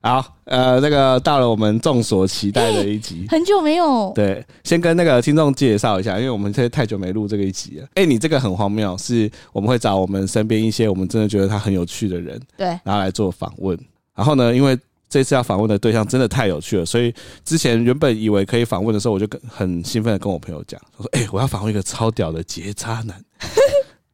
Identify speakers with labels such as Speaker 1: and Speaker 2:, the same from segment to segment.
Speaker 1: 好，呃，这个到了我们众所期待的一 集。
Speaker 2: 很久没有
Speaker 1: 对，先跟那个听众介绍一下，因为我们太太久没录这个一集了。哎、你这个很荒谬，是我们会找我们身边一些我们真的觉得他很有趣的人，
Speaker 2: 对
Speaker 1: 然后来做访问。然后呢，因为这次要访问的对象真的太有趣了，所以之前原本以为可以访问的时候，我就跟很兴奋的跟我朋友讲，我说：“哎、我要访问一个超屌的结渣男。”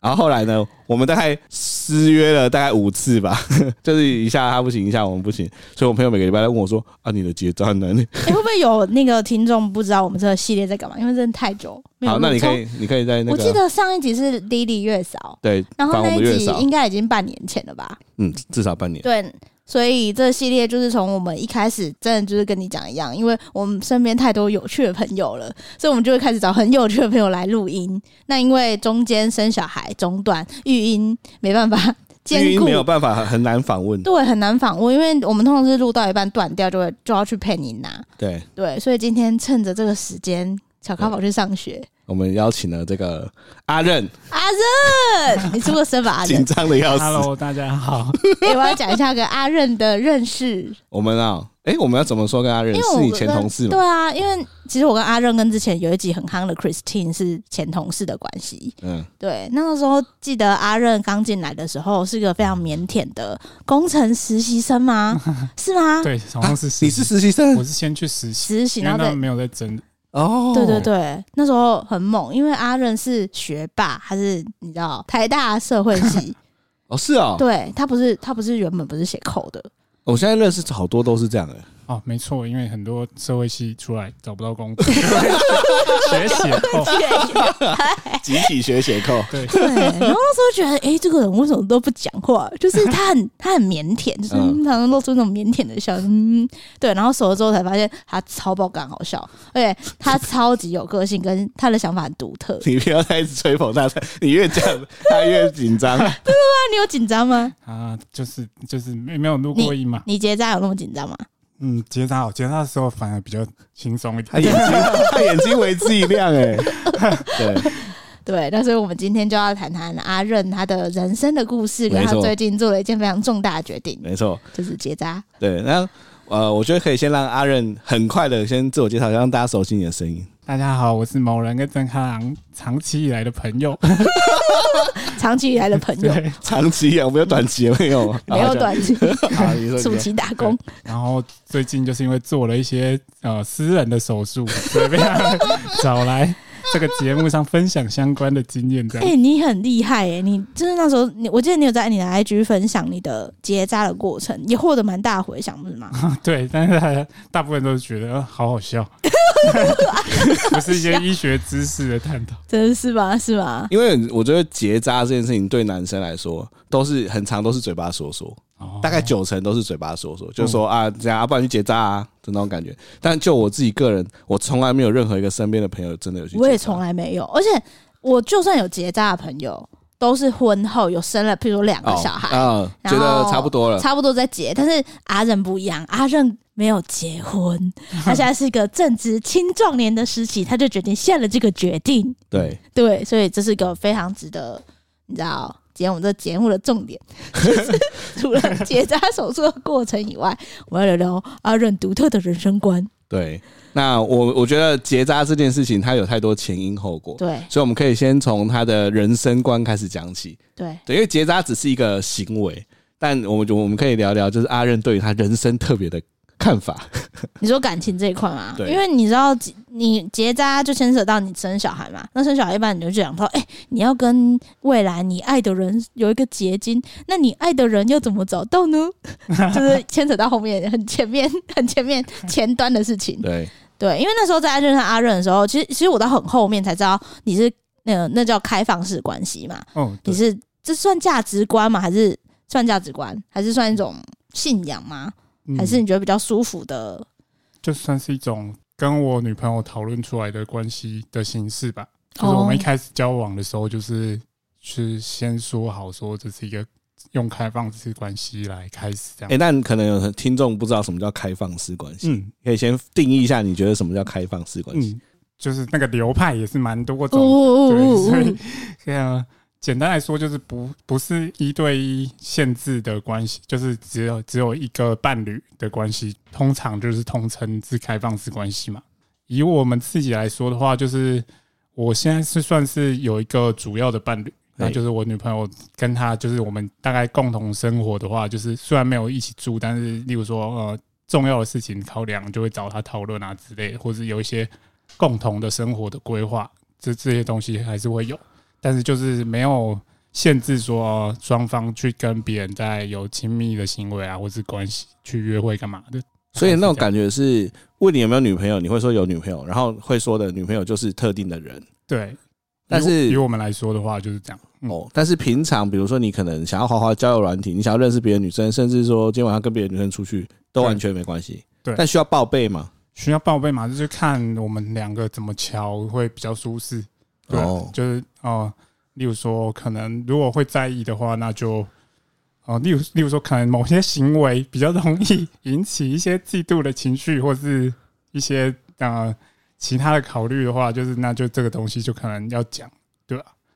Speaker 1: 然后后来呢，我们大概私约了大概五次吧，就是一下他不行，一下我们不行，所以我朋友每个礼拜都问我说：“啊，你的结渣男呢？
Speaker 2: 哎、会不会有那个听众不知道我们这个系列在干嘛？因为真的太久没有
Speaker 1: 好，
Speaker 2: 录。
Speaker 1: 那你可
Speaker 2: 从
Speaker 1: 以，你可以在那
Speaker 2: 我记
Speaker 1: 个
Speaker 2: 得上一集是 Lily 月嫂，
Speaker 1: 对，
Speaker 2: 然后
Speaker 1: 帮我
Speaker 2: 那
Speaker 1: 们
Speaker 2: 一
Speaker 1: 月
Speaker 2: 集
Speaker 1: 嫂，
Speaker 2: 应该已经半年前了吧？
Speaker 1: 嗯，至少半年。
Speaker 2: 对，所以这系列就是从我们一开始真的就是跟你讲一样，因为我们身边太多有趣的朋友了，所以我们就会开始找很有趣的朋友来录音。那因为中间生小孩中断，育婴没办法兼
Speaker 1: 因为
Speaker 2: 顾
Speaker 1: 没。有办法，很很难访问。
Speaker 2: 对，很难访问，因为我们通常是录到一半断掉，就会就要去配你拿。
Speaker 1: 对，
Speaker 2: 对，所以今天趁着这个时间，小咖
Speaker 1: 嗯
Speaker 2: 宝去上学。
Speaker 1: 我们邀请了这个阿任，
Speaker 2: 阿任，你出过声吧？阿任
Speaker 1: 紧，张的要死。
Speaker 3: Hello，大家 好。
Speaker 2: 诶我要讲一下跟阿任的认识。
Speaker 1: 我们啊，哎、我们要怎么说跟他认识？
Speaker 2: 因为我
Speaker 1: 是你前同事
Speaker 2: 对
Speaker 1: 吗？
Speaker 2: 啊，因为其实我跟阿任跟之前有一集很夯的 Christine 是前同事的关系。
Speaker 1: 嗯，
Speaker 2: 对，那个时候记得阿任刚进来的时候是个非常腼腆的工程实习生吗？是吗？
Speaker 3: 对，好啊像是实习
Speaker 1: 啊你是实习生
Speaker 3: 我是先去实习，
Speaker 2: 实习，
Speaker 3: 因为
Speaker 2: 然
Speaker 3: 他
Speaker 2: 后再
Speaker 3: 们没有在真的。
Speaker 1: 哦，
Speaker 2: 对对对，那时候很猛，因为阿任是学霸，他是你知道台大社会系，
Speaker 1: 哦是哦，
Speaker 2: 对他不是他不是原本不是写扣 的，
Speaker 1: 我现在认识好多都是这样的、
Speaker 3: 哦，没错，因为很多社会系出来找不到工 作，学写哦，
Speaker 2: 哎
Speaker 1: 集体学写扣，
Speaker 3: 对，
Speaker 2: 对，然后那时候觉得，哎、这个人为什么都不讲话？就是他很他很腼腆，就是
Speaker 1: 嗯
Speaker 2: 常常露出那种腼腆的笑，嗯，对。然后熟了之后才发现他超爆肝好笑，而且他超级有个性，跟他的想法很独特。
Speaker 1: 你不要再一直吹捧他，你越这样他越紧 张。
Speaker 2: 那你有紧张吗？
Speaker 3: 啊，就是就是没没有录过音嘛。
Speaker 2: 你结扎有那么紧张吗？
Speaker 3: 嗯，结扎好，结扎的时候反而比较轻松一
Speaker 1: 他
Speaker 3: 点。
Speaker 1: 眼睛，他眼睛为之一亮哎、对，
Speaker 2: 对，那所以我们今天就要谈谈阿任他的人生的故事，跟
Speaker 1: 没
Speaker 2: 他
Speaker 1: 错
Speaker 2: 最近做了一件非常重大的决定，
Speaker 1: 没错，
Speaker 2: 就是结扎。
Speaker 1: 对。那呃，我觉得可以先让阿任很快的先自我介绍，让大家熟悉你的声音。
Speaker 3: 大家好，我是某人跟郑康昂长期以来的朋 友，
Speaker 2: 长期以来的朋 友，
Speaker 3: 对，
Speaker 1: 长期啊，我们有短期没有？
Speaker 2: 没有短 期，
Speaker 1: 啊，你说你
Speaker 2: 暑
Speaker 1: 说
Speaker 2: 期打工。
Speaker 3: 然后最近就是因为做了一些呃私人的手术，所以被他们找来这个节目上分享相关的经验，这
Speaker 2: 哎、
Speaker 3: 样。
Speaker 2: 你很厉害哎、你就是那时候，你我记得你有在你的 IG 分享你的结扎的过程，也获得蛮大的回响，不是
Speaker 1: 啊
Speaker 2: 吗？
Speaker 3: 对，但是大家大部分都是觉得、呃、好好笑， 不是一些医学知识的探讨。
Speaker 2: 真是吧？是吧？
Speaker 1: 因为我觉得结扎这件事情对男生来说都是很长，都是嘴巴说说，
Speaker 3: 哦
Speaker 1: 大概九成都是嘴巴说说，就说啊这样，啊不然去结扎啊就那种感觉。但就我自己个人，我从来没有任何一个身边的朋友真的有去结扎，
Speaker 2: 我也从来没有，而且我就算有结扎的朋友，都是婚后有生了，譬如说两个
Speaker 1: 哦
Speaker 2: 小孩，
Speaker 1: 嗯，
Speaker 2: 然
Speaker 1: 觉
Speaker 2: 后
Speaker 1: 得差不多了。
Speaker 2: 差不多在结，但是阿任不一样，阿任没有结婚，他现在是一个正值青壮年的时期，他就决定下了这个决定。
Speaker 1: 对，
Speaker 2: 对，所以这是一个非常值得你知道今天我们这节目的重点， 就是除了结扎手术的过程以外，我们要聊聊阿任独特的人生观。
Speaker 1: 对。那我我觉得结扎这件事情，它有太多前因后果，
Speaker 2: 对
Speaker 1: 所以我们可以先从他的人生观开始讲起。
Speaker 2: 对，
Speaker 1: 对，因为结扎只是一个行为，但我们我们可以聊聊，就是阿任对于他人生特别的看法。
Speaker 2: 你说感情这一块嘛，
Speaker 1: 对
Speaker 2: 因为你知道你结扎就牵扯到你生小孩嘛，那生小孩一般你就讲说，哎、你要跟未来你爱的人有一个结晶，那你爱的人要怎么找到呢？ 就是牵扯到后面很前面很前面前端的事情。
Speaker 1: 对，
Speaker 2: 对，因为那时候在认识阿任的时候，其实其实我到很后面才知道你是那个那叫开放式关系嘛，
Speaker 3: 哦，
Speaker 2: 你
Speaker 3: 对
Speaker 2: 是这算价值观吗？还是算价值观？还是算一种信仰吗？还是
Speaker 3: 嗯
Speaker 2: 你觉得比较舒服的？
Speaker 3: 就算是一种跟我女朋友讨论出来的关系的形式吧。
Speaker 2: 哦
Speaker 3: 就是我们一开始交往的时候，就是是先说好说这是一个用开放式关系来开始这
Speaker 1: 哎、
Speaker 3: 样。
Speaker 1: 但可能有听众不知道什么叫开放式关系，
Speaker 3: 嗯
Speaker 1: 可以先定义一下，你觉得什么叫开放式关系？
Speaker 3: 嗯，就是那个流派也是蛮多
Speaker 2: 哦
Speaker 3: 种，
Speaker 2: 哦哦
Speaker 3: 对，所
Speaker 2: 哦
Speaker 3: 以，对啊，简单来说，就是不不是一对一限制的关系，就是只有只有一个伴侣的关系，通常就是通称是开放式关系嘛。以我们自己来说的话，就是我现在是算是有一个主要的伴侣，
Speaker 1: 哎
Speaker 3: 那就是我女朋友跟她，就是我们大概共同生活的话，就是虽然没有一起住，但是例如说呃重要的事情考量，就会找她讨论啊之类的，或者有一些共同的生活的规划，这这些东西还是会有。但是就是没有限制说哦双方去跟别人在有亲密的行为啊，或是关系去约会干嘛的。哦
Speaker 1: 所以那种
Speaker 3: 觉
Speaker 1: 感觉是问你有没有女朋友，你会说有女朋友，然后会说的女朋友就是特定的人
Speaker 3: 对，
Speaker 1: 但是
Speaker 3: 以我以我们来说的话就是这样。嗯
Speaker 1: 哦。但是平常比如说你可能想要滑滑交友软体，你想要认识别的女生，甚至说今天晚上跟别的女生出去都完全没关系。
Speaker 3: 对
Speaker 1: 但需要报备嘛？
Speaker 3: 需要报备嘛，就是看我们两个怎么瞧会比较舒适。对，
Speaker 1: 哦
Speaker 3: 就是哦、例如说，可能如果会在意的话，那就哦、例如例如说，可能某些行为比较容易引起一些嫉妒的情绪，或是一些呃其他的考虑的话，就是那就这个东西就可能要讲，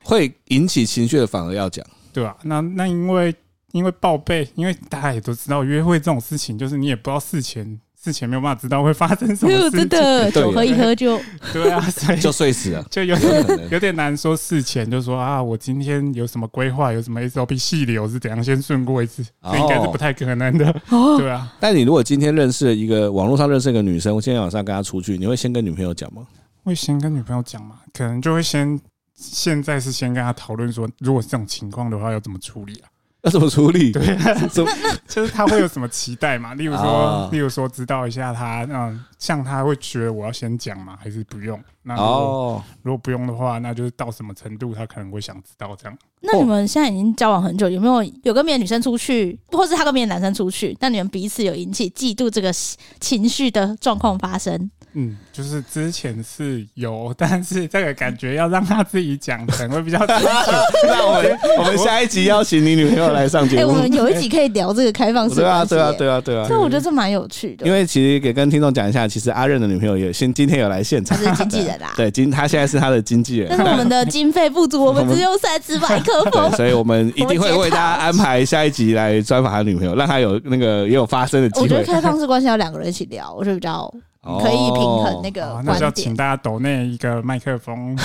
Speaker 1: 会引起情绪的反而要讲。
Speaker 3: 对吧、那那因为因为报备，因为大家也都知道，约会这种事情，就是你也不知道事前事前没有办法知道会发生什么
Speaker 2: 因为
Speaker 3: 事
Speaker 2: 我
Speaker 3: 情，
Speaker 2: 啊真的
Speaker 1: 对
Speaker 2: 酒喝一喝就
Speaker 3: 对啊，所以，
Speaker 1: 就睡死了
Speaker 3: 就有
Speaker 1: 有
Speaker 3: 点
Speaker 1: 可能。
Speaker 3: 有点难说事前就说啊，我今天有什么规划，有什么 SOP 细流是怎样，先顺过一次，
Speaker 1: 哦
Speaker 3: 这应该是不太可能的，
Speaker 2: 哦，
Speaker 3: 对啊，
Speaker 1: 但你如果今天认识了一个网络上认识一个女生，我今天晚上跟她出去，你会先跟女朋友讲吗？
Speaker 3: 会先跟女朋友讲嘛，可能就会先现在是先跟她讨论说，如果这种情况的话要怎么处理啊？
Speaker 1: 要怎么处理？
Speaker 3: 对啊，
Speaker 1: 怎么
Speaker 3: 就是她会有什么期待嘛？ 例如
Speaker 1: 哦
Speaker 3: 说，例如说知道一下她，嗯，像她会觉得我要先讲嘛，还是不用？那如果
Speaker 1: 哦，
Speaker 3: 如果不用的话，那就是到什么程度她可能会想知道这样。
Speaker 2: 那你们现在已经交往很久，有没有有跟别的女生出去，或是他跟别的男生出去，那你们彼此有引起嫉妒这个情绪的状况发生？
Speaker 3: 嗯，就是之前是有， 但是这个感觉要让他自己讲，可能会比较清楚。
Speaker 1: 那我们 我们下一集邀请你女朋友来上
Speaker 2: 哎、
Speaker 1: 节
Speaker 2: 我
Speaker 1: 目，
Speaker 2: 们有一集可以聊这个开放式
Speaker 1: 对啊，
Speaker 2: 关系
Speaker 1: 对啊，
Speaker 2: 耶
Speaker 1: 对啊，对啊。
Speaker 2: 这我觉得这蛮有趣的，
Speaker 1: 因为其实也跟听众讲一下，其实阿任的女朋友也现今天有来现
Speaker 2: 他
Speaker 1: 场，
Speaker 2: 是经纪人 啦、
Speaker 1: 对，今他现在是他的经纪人
Speaker 2: 但，是我们的经费不足，我们
Speaker 1: 我们
Speaker 2: 只有三支麦克
Speaker 1: 对，
Speaker 2: 风。
Speaker 1: 所以我们一定会为大家安排下一集来专访他女朋友，让他有那个也有发声的
Speaker 2: 我
Speaker 1: 机
Speaker 2: 觉
Speaker 1: 会，
Speaker 2: 得开放式关系要两个人一起聊，我觉得比较
Speaker 1: 哦
Speaker 2: 可以平衡那个
Speaker 3: 哦那就要
Speaker 2: 观
Speaker 3: 请
Speaker 2: 点，
Speaker 3: 大家抖那一个麦克 风。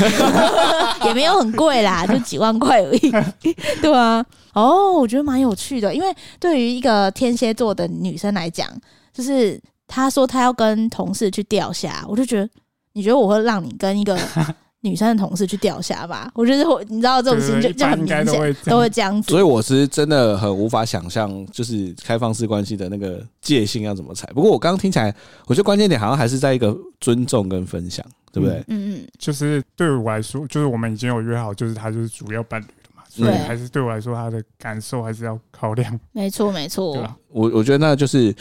Speaker 2: 也没有很贵啦，就几万块而已。 对啊，哦，我觉得蛮有趣的，因为对于一个天蝎座的女生来讲，就是她说她要跟同事去钓虾，我就觉得，你觉得我会让你跟 一个女生的同事去钓虾吧？我觉得我，你知道这种事情就
Speaker 3: 对对对
Speaker 2: 就很
Speaker 3: 一
Speaker 2: 明
Speaker 3: 般应该都
Speaker 2: 显
Speaker 3: 会，
Speaker 2: 都会这样子
Speaker 1: 所以。我是真的很无法想象，就是开放式关系的那个界限要怎么踩。不过我刚刚听起来，我觉得关键点好像还是在一个尊重跟分享，对不对？
Speaker 2: 嗯嗯，
Speaker 3: 就是对我来说，就是我们已经有约好，就是他就是主要伴侣了嘛，所以
Speaker 1: 对
Speaker 3: 还是对我来说，他的感受还是要考量，
Speaker 2: 没错没错
Speaker 3: 对。吧？
Speaker 1: 我我觉得那就是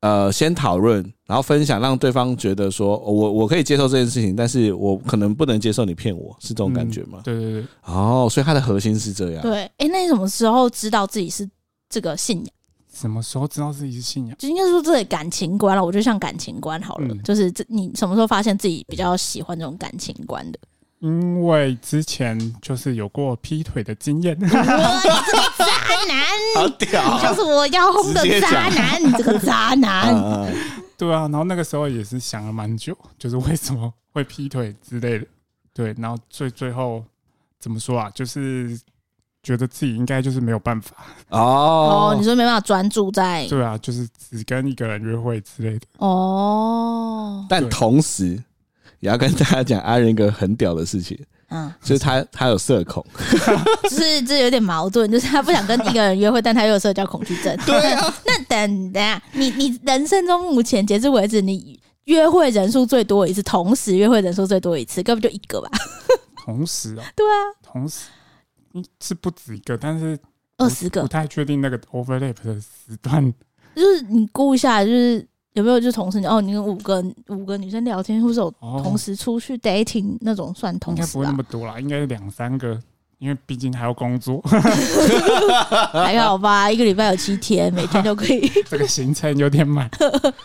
Speaker 1: 呃，先讨论，然后分享，让对方觉得说哦我我可以接受这件事情，但是我可能不能接受你骗我，是这种感觉吗？
Speaker 3: 嗯对对对，
Speaker 1: 哦，所以它的核心是这样。
Speaker 2: 对，哎、那你什么时候知道自己是这个信仰？
Speaker 3: 什么时候知道自己是信仰？
Speaker 2: 就应该说这个感情观了。我就像感情观好了，
Speaker 3: 嗯
Speaker 2: 就是这你什么时候发现自己比较喜欢这种感情观 的？
Speaker 3: 因为之前就是有过劈腿的经验，
Speaker 2: 哇你这个渣男，
Speaker 1: 好屌啊！
Speaker 2: 就是我要轰的
Speaker 1: 直接讲
Speaker 2: 渣男，你这个渣 男。
Speaker 1: 嗯嗯
Speaker 3: 对啊，然后那个时候也是想了蛮久，就是为什么会劈腿之类的。对，然后最最后怎么说啊？就是觉得自己应该就是没有办法，
Speaker 2: 哦，你
Speaker 1: 哦，
Speaker 2: 说没办法专注在
Speaker 3: 对啊，就是只跟一个人约会之类的。
Speaker 2: 哦，
Speaker 1: 但同时也要跟大家讲阿仁一个很屌的事情，
Speaker 2: 嗯，
Speaker 1: 就是他他有社恐。
Speaker 2: 就是这有点矛盾，就是他不想跟一个人约会，但他又有社交恐惧 症。对啊， 那等等下，你你人生中目前截至为止，你约会人数最多一次，同时约会人数最多一次，根本就一个吧？
Speaker 3: 同时啊，
Speaker 2: 对啊，
Speaker 3: 同时嗯是不止一个，但是
Speaker 2: 二十
Speaker 3: 不
Speaker 2: 个，
Speaker 3: 太确定那个 overlap 的时段。
Speaker 2: 就是你估一下，就是有没有就同时你哦，你跟五个五个女生聊天，或者有
Speaker 3: 哦，
Speaker 2: 同时出去 dating 那种算
Speaker 3: 应
Speaker 2: 同
Speaker 3: 该
Speaker 2: 时啊
Speaker 3: 不会那
Speaker 2: 吧？
Speaker 3: 么多啦，应该两三个因为毕竟还要工作，
Speaker 2: 还好吧，一个礼拜有七天，每天都可 以。
Speaker 3: 这个行程有 点满。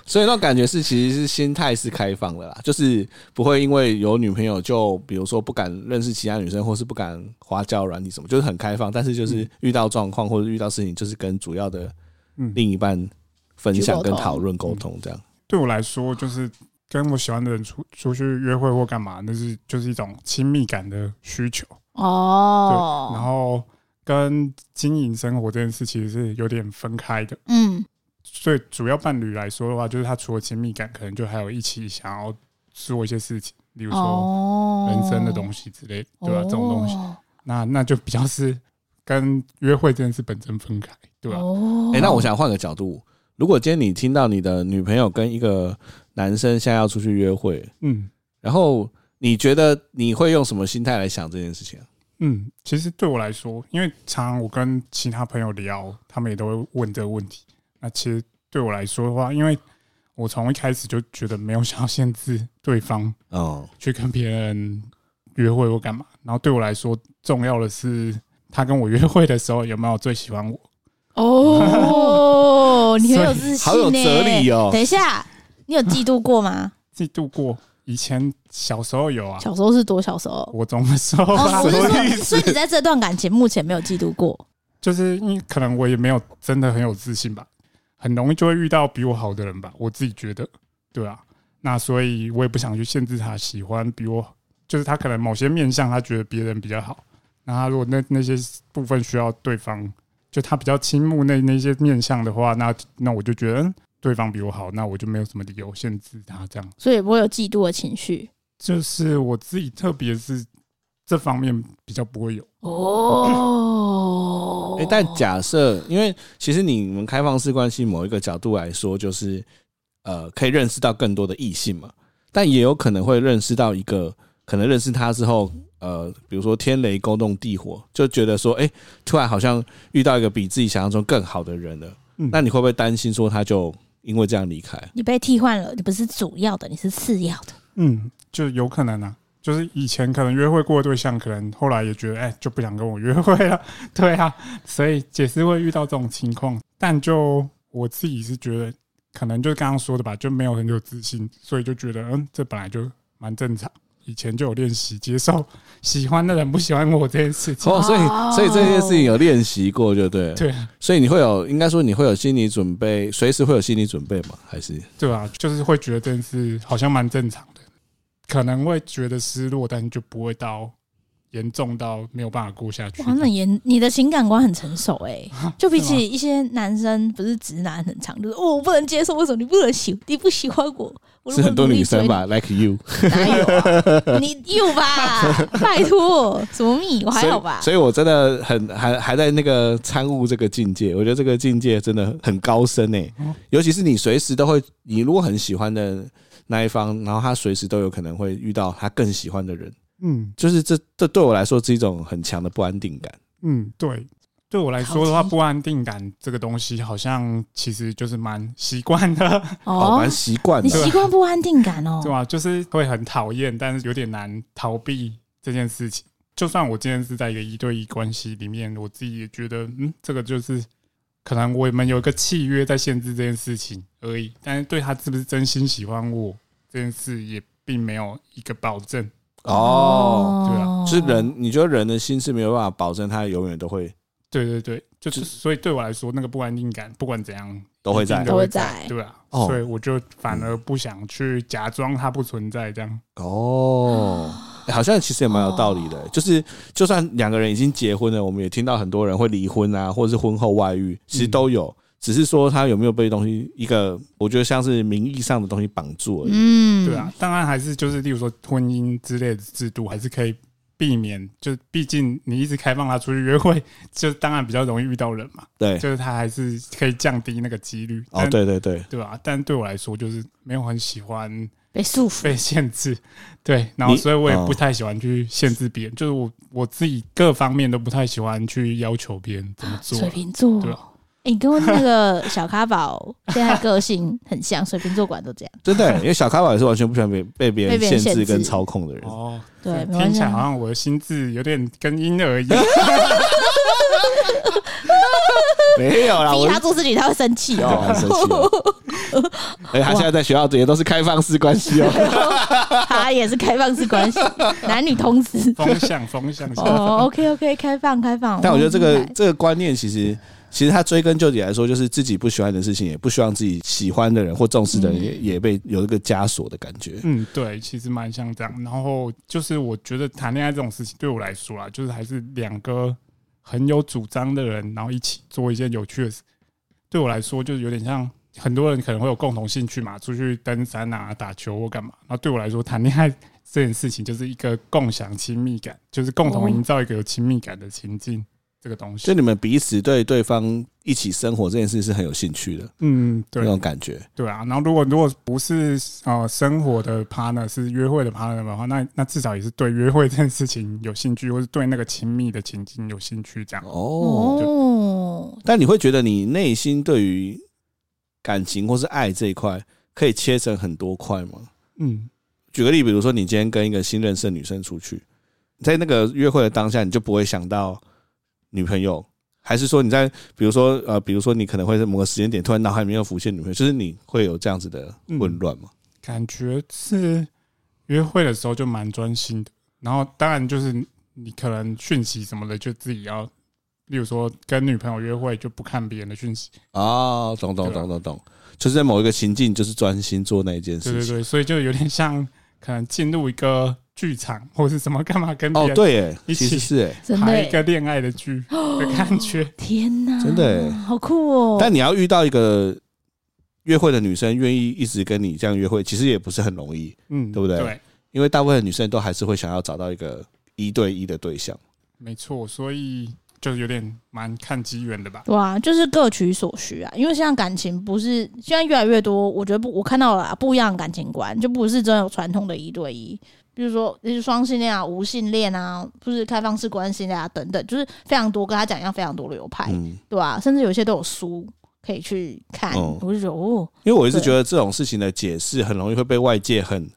Speaker 1: 所以那种感觉是，其实是心态是开放的啦，就是不会因为有女朋友就比如说不敢认识其他女生，或是不敢花交友软体什么，就是很开放。但是就是遇到状况或者遇到事情，就是跟主要的
Speaker 3: 嗯，
Speaker 1: 另一半分享、
Speaker 2: 去沟
Speaker 1: 跟
Speaker 2: 通
Speaker 1: 讨论、沟通这样。
Speaker 3: 对我来说，就是跟我喜欢的人出出去约会或干嘛，那是就是一种亲密感的需求。对，
Speaker 2: 哦，
Speaker 3: 然后跟经营生活这件事其实是有点分开的。
Speaker 2: 嗯，
Speaker 3: 所以主要伴侣来说的话，就是他除了亲密感，可能就还有一起想要做一些事情，例如说
Speaker 2: 哦，
Speaker 3: 人生的东西之类的，对吧、啊这种东西，
Speaker 2: 哦，
Speaker 3: 那那就比较是跟约会这件事本身分开，对吧、啊
Speaker 2: 哦
Speaker 1: 哎、那我想换个角度，如果今天你听到你的女朋友跟一个男生现在要出去约会，
Speaker 3: 嗯
Speaker 1: 然后你觉得你会用什么心态来想这件事情啊、
Speaker 3: 嗯，其实对我来说，因为常常我跟其他朋友聊，他们也都会问这个问题。那其实对我来说的话，因为我从一开始就觉得没有想要限制对方
Speaker 1: 哦，
Speaker 3: 去跟别人约会或干嘛。然后对我来说，重要的是他跟我约会的时候有没有最喜欢我。
Speaker 2: 哦，你很有自信、欸，
Speaker 1: 好有哲理哦
Speaker 2: 等一下，你有嫉妒过吗？
Speaker 3: 嫉妒过，以前小时候有啊，
Speaker 2: 小时候是多小时候？
Speaker 3: 国中的时候啊吧，
Speaker 2: 哦，我是
Speaker 1: 什么意
Speaker 2: 说，
Speaker 1: 思
Speaker 2: 所以你在这段感情目前没有嫉妒过
Speaker 3: 就是因为可能我也没有真的很有自信吧，很容易就会遇到比我好的人吧，我自己觉得，对啊，那所以我也不想去限制他喜欢比我，就是他可能某些面相他觉得别人比较好，那他如果那那些部分需要对方，就他比较倾慕那那些面相的话，那那我就觉得嗯对方比我好，那我就没有什么理由限制他这样。
Speaker 2: 所以也不会有嫉妒的情绪。
Speaker 3: 就是我自己，特别是这方面比较不会有。
Speaker 2: 哦
Speaker 1: 哎、但假设，因为其实你们开放式关系某一个角度来说，就是呃，可以认识到更多的异性嘛，但也有可能会认识到一个，可能认识他之后，呃，比如说天雷勾动地火，就觉得说，哎、突然好像遇到一个比自己想象中更好的人了，
Speaker 3: 嗯
Speaker 1: 那你会不会担心说他就因为这样离开？
Speaker 2: 你被替换了，你不是主要的，你是次要的。
Speaker 3: 嗯，就有可能啊，就是以前可能约会过的对象，可能后来也觉得，哎、就不想跟我约会了。 对啊，所以也是会遇到这种情况。但就我自己是觉得，可能就是刚刚说的吧，就没有很有自信，所以就觉得，嗯，这本来就蛮正常。以前就有练习接受 喜欢的人不喜欢我这件事情。
Speaker 1: 哦，所以
Speaker 2: 哦
Speaker 1: 所以这件事情有练习过，就对了，
Speaker 3: 对啊，
Speaker 1: 所以你会有，应该说你会有心理准备，随时会有心理准备吗？还是
Speaker 3: 对啊，就是会觉得这件事好像蛮正常的，可能会觉得失落，但就不会到严重到没有办法过下去。
Speaker 2: 哇，那严，你的情感观很成熟哎、 就比
Speaker 3: 是吗
Speaker 2: 起一些男生，不是直男很长，就是哦，我不能接受，为什么你不能喜，你不喜欢我？我
Speaker 1: 是很多女生吧，like you。
Speaker 2: 如果努力追你？哪有啊？你有吧？拜托，什么蜜？哦我还好吧？
Speaker 1: 所以，所以我真的很还还在那个参悟这个境界，我觉得这个境界真的很高深诶、
Speaker 3: 哦
Speaker 1: 尤其是你随时都会，你如果很喜欢的那一方，然后他随时都有可能会遇到他更喜欢的人，
Speaker 3: 嗯
Speaker 1: 就是这这对我来说是一种很强的不安定感。
Speaker 3: 嗯，对，对我来说的话，
Speaker 2: 好奇
Speaker 3: 不安定感这个东西好像其实就是蛮习惯的，
Speaker 1: 哦，
Speaker 2: 哦
Speaker 1: 蛮，习惯
Speaker 2: 你
Speaker 1: 的。啊
Speaker 2: 习惯不安定感哦
Speaker 3: 对。吧、就是会很讨厌，但是有点难逃避这件事情。就算我今天是在一个一对一关系里面，我自己也觉得，嗯，这个就是可能我们有一个契约在限制这件事情而已，但是对他是不是真心喜欢我这件事也并没有一个保证。
Speaker 1: 哦，
Speaker 3: 对啊
Speaker 1: 就是人，你觉得人的心是没有办法保证他永远都会
Speaker 3: 对对对，就是
Speaker 1: 就
Speaker 3: 所以对我来说，那个不安定感不管怎样
Speaker 1: 都会
Speaker 3: 一定
Speaker 1: 在
Speaker 2: 都会在
Speaker 3: 对啊，
Speaker 1: 哦
Speaker 3: 所以我就反而不想去假装它不存在，这样
Speaker 1: 哦。欸好像其实也蛮有道理的、
Speaker 2: 哦
Speaker 1: 就是就算两个人已经结婚了，我们也听到很多人会离婚啊，或者是婚后外遇，其
Speaker 2: 嗯
Speaker 1: 实都有，只是说他有没有被东西一个，我觉得像是名义上的东西绑住而已。
Speaker 2: 嗯，
Speaker 3: 对啊，当然还是就是例如说婚姻之类的制度，还是可以避免，就毕竟你一直开放他出去约会，就当然比较容易遇到人嘛，
Speaker 1: 对，
Speaker 3: 就是嗯他还是可以降低那个几率。
Speaker 1: 哦，
Speaker 3: 但
Speaker 1: 对对对，
Speaker 3: 对吧？但对我来说，就是没有很喜欢
Speaker 2: 被束缚。
Speaker 3: 被限制， 对，然后
Speaker 1: 你
Speaker 3: 所以我也
Speaker 1: 哦
Speaker 3: 不太喜欢去限制别人，就是我我自己各方面都不太喜欢去要求别人怎么做
Speaker 2: 水。瓶座
Speaker 3: 对啊
Speaker 2: 欸你跟那个小咖宝现在个性很像，水瓶座管都这样。
Speaker 1: 真的，因为小咖宝也是完全不喜欢被被别
Speaker 2: 被
Speaker 1: 人
Speaker 2: 别人
Speaker 1: 限制
Speaker 2: 限制
Speaker 1: 跟操控的人。
Speaker 3: 哦，
Speaker 2: 对没关系啊
Speaker 3: 听起来好像我的心智有点跟婴儿一样。
Speaker 1: 没有啦，
Speaker 2: 逼
Speaker 1: 我
Speaker 2: 他做事情他会生气
Speaker 1: 哦，
Speaker 2: 哦
Speaker 1: 很。生气哦。 而且他现在在学校也都是开放式关系哦。
Speaker 2: 他也是开放式关系，男女同时。
Speaker 3: 风向，风向是
Speaker 2: 哦，OK OK，开放开放。
Speaker 1: 但我觉得这个
Speaker 2: 哦明白
Speaker 1: 这个观念其实。其实他追根究底来说，就是自己不喜欢的事情，也不希望自己喜欢的人或重视的人也、也被有一个枷锁的感觉。
Speaker 3: 嗯，对，其实蛮像这样。然后就是我觉得谈恋爱这种事情对我来说啦，就是还是两个很有主张的人，然后一起做一件有趣的事。对我来说，就是有点像很多人可能会有共同兴趣嘛，出去登山啊、打球或干嘛。然后对我来说，谈恋爱这件事情就是一个共享亲密感，就是共
Speaker 2: 哦
Speaker 3: 同营造一个有亲密感的情境。这个东
Speaker 1: 就
Speaker 3: 西，
Speaker 1: 你们彼此对对方一起生活这件事是很有兴趣的
Speaker 3: 嗯，
Speaker 1: 那
Speaker 3: 对，
Speaker 1: 种感觉。
Speaker 3: 对啊，然后如果如果不是呃生活的 partner 是约会的 partner 的话，那那至少也是对约会这件事情有兴趣，或是对那个亲密的情境有兴趣这样。
Speaker 1: 哦，
Speaker 2: 哦，
Speaker 1: 但你会觉得你内心对于感情或是爱这一块可以切成很多块吗？
Speaker 3: 嗯，
Speaker 1: 举个例，比如说你今天跟一个新认识的女生出去，在那个约会的当下，你就不会想到女朋友，还是说你在比如说呃，比如说你可能会在某个时间点突然脑海里面又浮现女朋友，就是你会有这样子的混乱吗？
Speaker 3: 感觉是约会的时候就蛮专心的，然后当然就是你可能讯息什么的就自己要，例如说跟女朋友约会就不看别人的讯息，
Speaker 1: 哦，懂懂
Speaker 3: 对啊
Speaker 1: 懂懂懂，就是在某一个情境，就是专心做那一件
Speaker 3: 对
Speaker 1: 事
Speaker 3: 对
Speaker 1: 情。
Speaker 3: 对，所以就有点像可能进入一个剧场或是什么干嘛跟别
Speaker 1: 哦，
Speaker 3: 人
Speaker 1: 对，耶，
Speaker 3: 一
Speaker 1: 其
Speaker 3: 起
Speaker 1: 实是耶。
Speaker 2: 真的
Speaker 3: 排一
Speaker 2: 耶，
Speaker 3: 个恋爱的剧的感觉。
Speaker 2: 天哪，
Speaker 1: 真的耶欸
Speaker 2: 好酷哦。
Speaker 1: 但你要遇到一个约会的女生愿意一直跟你这样约会，其实也不是很容易，
Speaker 3: 嗯，
Speaker 1: 对不对
Speaker 3: 对，
Speaker 1: 因为大部分的女生都还是会想要找到一个一对一的对象。
Speaker 3: 没错，所以就有点蛮看机缘的吧。
Speaker 2: 对啊，就是各取所需啊。因为现在感情不是现在越来越多，我觉得不，我看到了啊不一样的感情观，就不是真的有传统的一对一，比如说就是双性恋啊、无性恋啊，不是开放式关系啊等等，就是非常多跟他讲一样非常多流
Speaker 3: 哎
Speaker 2: 派，
Speaker 1: 嗯。
Speaker 2: 对吧、甚至有些都有书可以去看，
Speaker 1: 哦
Speaker 2: 我就觉得哦，
Speaker 1: 因为我一直觉得这种事情的解释很容易会被外界很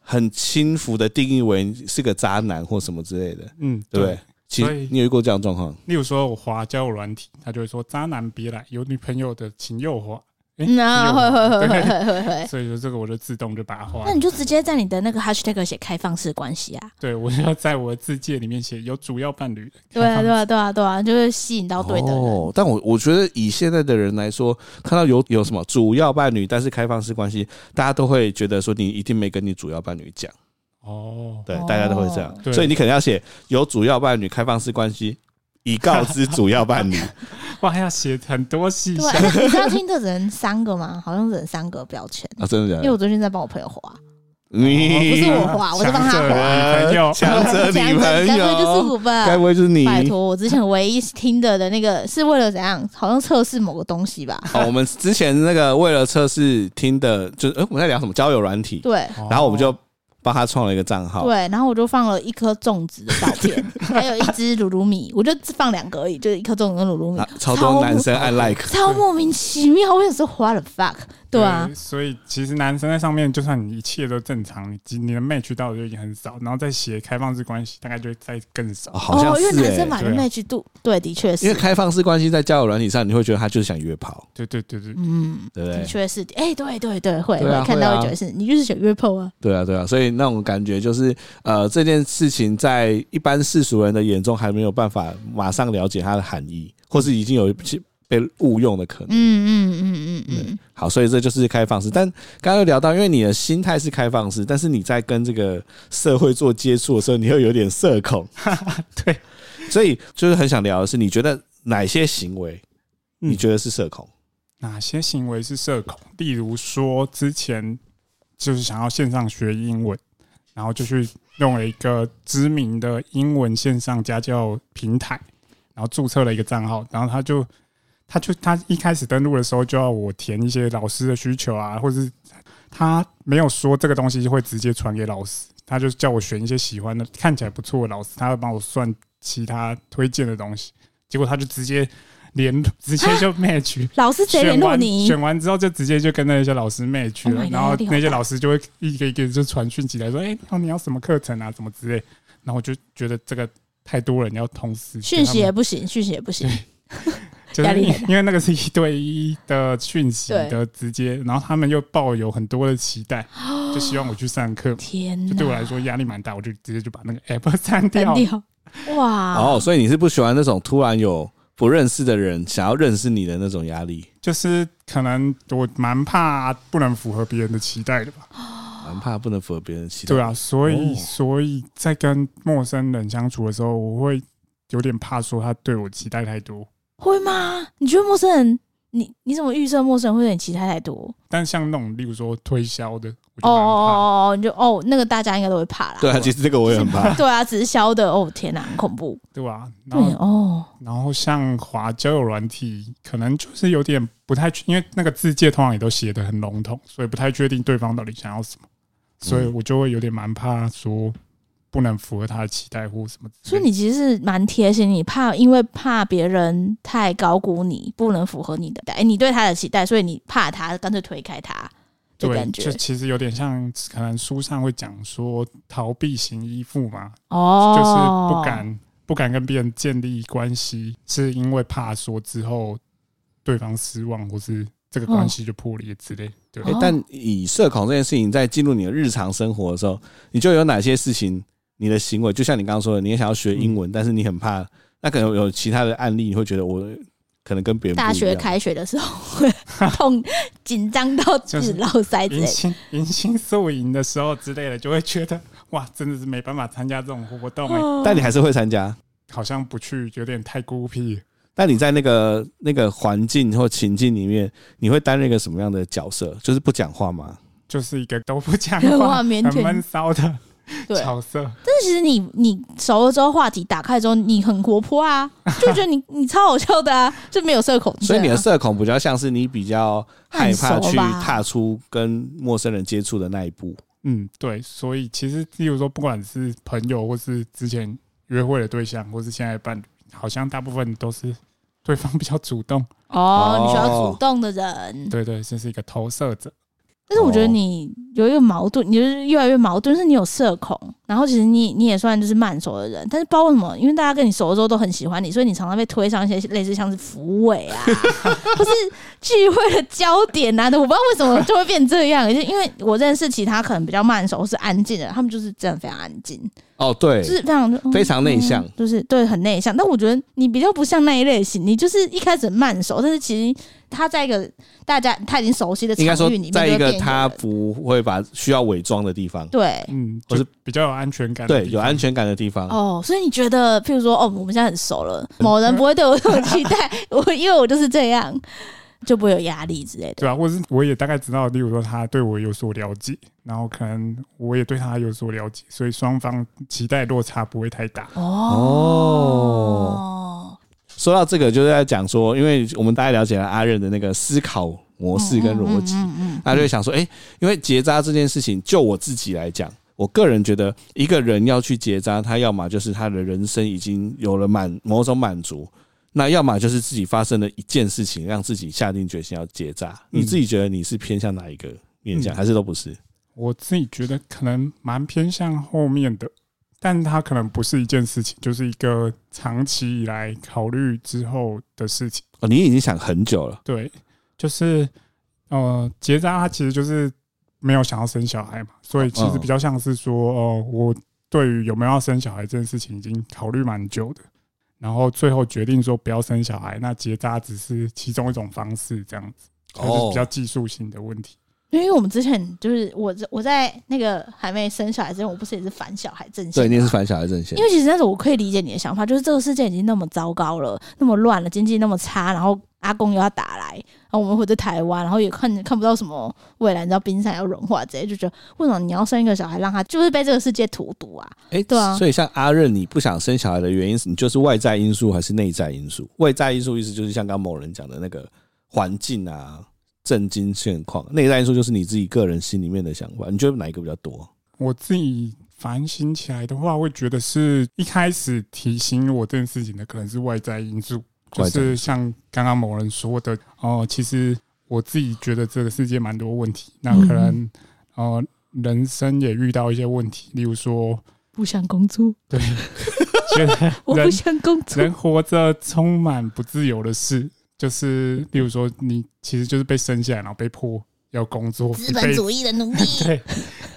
Speaker 1: 很轻浮的定义为是个渣男或什么之类的，
Speaker 3: 嗯，
Speaker 1: 对不对？其
Speaker 3: 所
Speaker 1: 实
Speaker 3: 以
Speaker 1: 你有遇过这样的状况？
Speaker 3: 例如说我滑交友软体，他就会说“渣男别来，有女朋友的请右滑”诶。
Speaker 2: 那
Speaker 3: 请
Speaker 2: 会
Speaker 3: 右滑
Speaker 2: 会 会会
Speaker 3: 对
Speaker 2: 会会会。
Speaker 3: 所以说这个我就自动就把它划
Speaker 2: 哎那。你就直接在你的那个 hashtag 写开放式关系啊，
Speaker 3: 对我就要在我的字界里面写有主要伴侣的。
Speaker 2: 对啊对啊对啊对啊，就会吸引到对的人。
Speaker 1: 哦，但我我觉得以现在的人来说，看到有有什么主要伴侣，但是开放式关系，大家都会觉得说你一定没跟你主要伴侣讲，
Speaker 3: 哦，
Speaker 1: 对，
Speaker 2: 哦
Speaker 1: 大家都会这样，
Speaker 3: 对
Speaker 1: 所以你可能要写有主要伴侣开放式关系。以告知主要伴侣，
Speaker 3: 哇，还要写很多细
Speaker 2: 对，
Speaker 3: 项。
Speaker 2: 而且你知道听的人三个吗？好像只能三个标签，
Speaker 1: 啊，真的假
Speaker 2: 因为
Speaker 1: 的？
Speaker 2: 我最近在帮我朋友划，
Speaker 1: 你
Speaker 2: 哦
Speaker 3: 哦
Speaker 2: 不是我划，我是帮 他
Speaker 3: 强者
Speaker 2: 划。
Speaker 3: 女朋 友，
Speaker 1: 强者
Speaker 2: 讲
Speaker 1: 女
Speaker 2: 一
Speaker 1: 朋
Speaker 2: 讲该不会就是
Speaker 1: 友，
Speaker 2: 我啊
Speaker 1: 该
Speaker 2: 吧？
Speaker 1: 不会就是你？
Speaker 2: 拜托，我之前唯一听的的那个是为了怎样？好像测试某个东西吧？
Speaker 1: 哦，我们之前那个为了测试听的，就是哎、我们在聊什么交友软体，
Speaker 2: 对
Speaker 3: 哦
Speaker 1: 然后我们就帮他创了一个账号。
Speaker 2: 对，然后我就放了一颗粽子的照片， 还有一只鲁鲁米，我就只放两个而已，就是一颗粽子跟鲁鲁米
Speaker 1: 啊，，超多男生按 like，
Speaker 2: 超莫名其妙，我也是 what the fuck？对啊，
Speaker 3: 所以其实男生在上面，就算你一切都正常，你你的 match 到的就已经很少，然后再写开放式关系，大概就会再更少
Speaker 1: 哦。好像
Speaker 2: 哦，因为
Speaker 1: 是
Speaker 2: 男
Speaker 1: 哎、
Speaker 2: 生买的
Speaker 3: 对啊
Speaker 2: match 度，对，的确
Speaker 1: 因为
Speaker 2: 是，
Speaker 1: 开放式关系在交友软体上，你会觉得他就是想约炮，
Speaker 3: 对对对对，
Speaker 2: 嗯。
Speaker 1: 对不
Speaker 2: 的
Speaker 1: 对？
Speaker 2: 确是，哎、对对对，会、
Speaker 1: 对啊
Speaker 2: 会看
Speaker 1: 会
Speaker 2: 到
Speaker 1: 啊
Speaker 2: 会觉得是你就是想约炮啊，
Speaker 1: 对啊，对啊，所以那种感觉就是，呃，这件事情在一般世俗人的眼中还没有办法马上了解它的含义，或是已经有被误用的可能。
Speaker 2: 嗯嗯嗯嗯
Speaker 1: 好，所以这就是开放式。但刚刚有聊到，因为你的心态是开放式，但是你在跟这个社会做接触的时候，你会有点社恐。
Speaker 3: 对，
Speaker 1: 所以就是很想聊的是，你觉得哪些行为
Speaker 3: 嗯
Speaker 1: 你觉得是社恐？
Speaker 3: 哪些行为是社恐？例如说，之前就是想要线上学英文，然后就去用了一个知名的英文线上家教平台，然后注册了一个账号，然后他就他就他一开始登录的时候就要我填一些老师的需求啊，或者是他没有说这个东西会直接传给老师，他就叫我选一些喜欢的、看起来不错的老师，他会帮我算其他推荐的东西，结果他就直接。联直接就 match，
Speaker 2: 老师谁联
Speaker 3: 选
Speaker 2: 络
Speaker 3: 完
Speaker 2: 你？
Speaker 3: 选完之后就直接就跟那些老师 match
Speaker 2: Oh my
Speaker 3: 了，
Speaker 2: God，
Speaker 3: 然后
Speaker 2: 压力好
Speaker 3: 那些
Speaker 2: 大
Speaker 3: 老师就会一个一个就传讯息来说，哎、哦，你要什么课程啊，什么之类，然后我就觉得这个太多人要同时
Speaker 2: 讯息也
Speaker 3: 跟
Speaker 2: 不行，讯息也不行。
Speaker 3: 他们，
Speaker 2: 压力
Speaker 3: 就
Speaker 2: 很
Speaker 3: 是因为那个是一对一的讯息
Speaker 2: 对
Speaker 3: 的直接，然后他们又抱有很多的期 待，就希望我去上课，
Speaker 2: 哦天
Speaker 3: 就
Speaker 2: 哪，
Speaker 3: 对我来说压力蛮大，我就直接就把那个 app 删
Speaker 2: 单
Speaker 3: 掉。
Speaker 2: 调哇！
Speaker 1: 哦，所以你是不喜欢那种突然有不认识的人想要认识你的那种压力，
Speaker 3: 就是可能我蛮怕不能符合别人的期待的吧。
Speaker 1: 蛮怕不能符合别人的期待。
Speaker 3: 对啊，所以、
Speaker 1: 哦
Speaker 3: 所以在跟陌生人相处的时候，我会有点怕说他对我期待太多。
Speaker 2: 会吗？你觉得陌生人，你你怎么预设陌生人会有点期待太多？
Speaker 3: 但像那种例如说推销的，我
Speaker 2: 哦
Speaker 3: 就
Speaker 2: 哦
Speaker 3: 蛮
Speaker 2: 哦
Speaker 3: 啊怕。
Speaker 2: 哦哦，你就哦，那个大家应该都会怕啦。
Speaker 1: 对啊，其实这个我也很怕。
Speaker 2: 对啊，只是消的哦，天哪，很恐怖。
Speaker 3: 对吧？
Speaker 2: 对
Speaker 3: 然后
Speaker 2: 哦，
Speaker 3: 然后像滑交友软体，可能就是有点不太，因为那个字界通常也都写的很笼统，所以不太确定对方到底想要什么，所以我就会有点蛮怕说不能符合他的期待或什么之
Speaker 2: 所以
Speaker 3: 类的。
Speaker 2: 你其实是蛮贴心，你怕因为怕别人太高估你，不能符合你的，哎，你对他的期待，所以你怕他，干脆推开他的
Speaker 3: 对，
Speaker 2: 感觉
Speaker 3: 就。其实有点像可能书上会讲说逃避型依附嘛，就是
Speaker 2: 哦，
Speaker 3: 不敢不敢跟别人建立关系，是因为怕说之后对方失望，或是这个关系就破裂之类。对，
Speaker 1: 诶
Speaker 2: 哦
Speaker 1: 但以社恐这件事情，在进入你的日常生活的时候，你就有哪些事情，你的行为，就像你刚刚说的，你也想要学英文，但是你很怕，那可能有其他的案例，你会觉得我可能跟别人不一
Speaker 2: 大
Speaker 1: 样
Speaker 2: 学开学的时候会痛，紧张到
Speaker 3: 就是
Speaker 2: 自绕塞之
Speaker 3: 迎
Speaker 2: 类的。
Speaker 3: 新 迎新宿营的时候之类的，就会觉得哇，真的是没办法参加这种活动、
Speaker 2: 哦
Speaker 3: 欸，
Speaker 1: 但你还是会参加。
Speaker 3: 好像不去有点太孤僻。
Speaker 1: 但你在那个那个环境或情境里面，你会担任一个什么样的角色？就是不讲话吗？
Speaker 3: 就是一个都不讲
Speaker 2: 哇
Speaker 3: 话、
Speaker 2: 腼
Speaker 3: 很
Speaker 2: 腆
Speaker 3: 闷骚的
Speaker 2: 对，
Speaker 3: 角色，
Speaker 2: 但其实你你熟了之后，话题打开之后，你很活泼啊，就觉得你你超好笑的啊，就没有社恐症啊、
Speaker 1: 所以你的社恐比较像是你比较害怕
Speaker 2: 很熟
Speaker 1: 去
Speaker 2: 吧
Speaker 1: 踏出跟陌生人接触的那一步。
Speaker 3: 嗯，对，所以其实，例如说，不管是朋友，或是之前约会的对象，或是现在的伴侣，好像大部分都是 对方比较主动，
Speaker 2: 哦，你需要
Speaker 1: 哦
Speaker 2: 主动的人。
Speaker 3: 对对，这是一个投射者，
Speaker 2: 但是我觉得
Speaker 1: 哦
Speaker 2: 你有一个矛盾，你就是越来越矛盾，就是你有社恐，然后其实你你也算就是慢熟的人，但是不知道为什么，因为大家跟你熟了之后都很喜欢你，所以你常常被推上一些类似像是扶委 啊，或是聚会的焦点啊的，我不知道为什么就会变这样，也是因为我认识其他可能比较慢熟或是安静的人，他们就是真的非常安静。
Speaker 1: 哦，对，
Speaker 2: 就是非常、嗯
Speaker 1: 非常内向
Speaker 2: 嗯就是对很内向。但我觉得你比较不像那一类型，你就是一开始很慢熟，但是其实他在一个大家他已经熟悉的场
Speaker 1: 应该说
Speaker 2: 域里面，
Speaker 1: 在
Speaker 2: 就
Speaker 1: 一
Speaker 2: 会变
Speaker 1: 个
Speaker 2: 一
Speaker 1: 他
Speaker 2: 个人
Speaker 1: 不会把需要伪装的地方，
Speaker 2: 对。
Speaker 3: 嗯，
Speaker 1: 或
Speaker 3: 就是是比较有安全感，
Speaker 1: 对，有安，全感的地方。
Speaker 2: 哦，所以你觉得，譬如说，哦，我们现在很熟了，
Speaker 1: 嗯
Speaker 2: 某人不会对我有期待， 我因为我就是这样，就不会有压力之类的。
Speaker 3: 对啊，或是我也大概知道，例如说他对我有所了解，然后可能我也对他有所了解，所以双方期待落差不会太大，
Speaker 2: 哦，
Speaker 1: 说到这个，就是在讲说，因为我们大概了解了阿任的那个思考模式跟逻辑，
Speaker 2: 嗯嗯
Speaker 1: 那就会想说，哎、因为结扎这件事情，就我自己来讲，我个人觉得，一个人要去结扎，他要么就是他的人生已经有了满某种满足，那要么就是自己发生了一件事情，让自己下定决心要结扎。
Speaker 3: 嗯
Speaker 1: 你自己觉得你是偏向哪一个面向，
Speaker 3: 嗯
Speaker 1: 还是都不是？
Speaker 3: 我自己觉得可能蛮偏向后面的，但它可能不是一件事情，就是一个长期以来考虑之后的事情。
Speaker 1: 哦，你已经想很久了，
Speaker 3: 对，就是呃，结扎它其实就是没有想要生小孩嘛，所以其实
Speaker 1: 嗯
Speaker 3: 比较像是说，哦、我对于有没有要生小孩这件事情已经考虑蛮久的，然后最后决定说不要生小孩，那结扎只是其中一种方式，这样子，它就是比
Speaker 1: 哦
Speaker 3: 较技术性的问题。
Speaker 2: 因为我们之前就是我我在那个还没生小孩之前，我不是也是反小孩阵线
Speaker 1: 对，
Speaker 2: 吗，
Speaker 1: 你也是反小孩阵线
Speaker 2: 因。为其实那时候我可以理解你的想法，就是这个世界已经那么糟糕了，那么乱了，经济那么差，然后阿公又要打来，然后我们回在台湾，然后也看看不到什么未来，你知道冰山要融化，直接就觉得为什么你要生一个小孩，让他就是被这个世界荼毒啊？
Speaker 1: 哎、
Speaker 2: 对啊
Speaker 1: 所以像阿任，你不想生小孩的原因，是你就是外在因素还是内在因素？外在因素意思就是像刚某人讲的那个环境啊、震惊现况；内在因素就是你自己个人心里面的想法。你觉得哪一个比较多？
Speaker 3: 我自己反省起来的话，会觉得是一开始提醒我这件事情的可能是外在因素，
Speaker 1: 快
Speaker 3: 就
Speaker 1: 点
Speaker 3: 是像刚刚某人说的，哦、其实我自己觉得这个世界蛮多问题，那可能哦、呃人生也遇到一些问题，例如说，
Speaker 2: 不想工作，
Speaker 3: 对，觉得
Speaker 2: 我不
Speaker 3: 人
Speaker 2: 想工作
Speaker 3: 人。活着充满不自由的事，就是例如说，你其实就是被生下来，然后被迫要工作，
Speaker 2: 资
Speaker 3: 被
Speaker 2: 本主义的 奴隶，
Speaker 3: 对，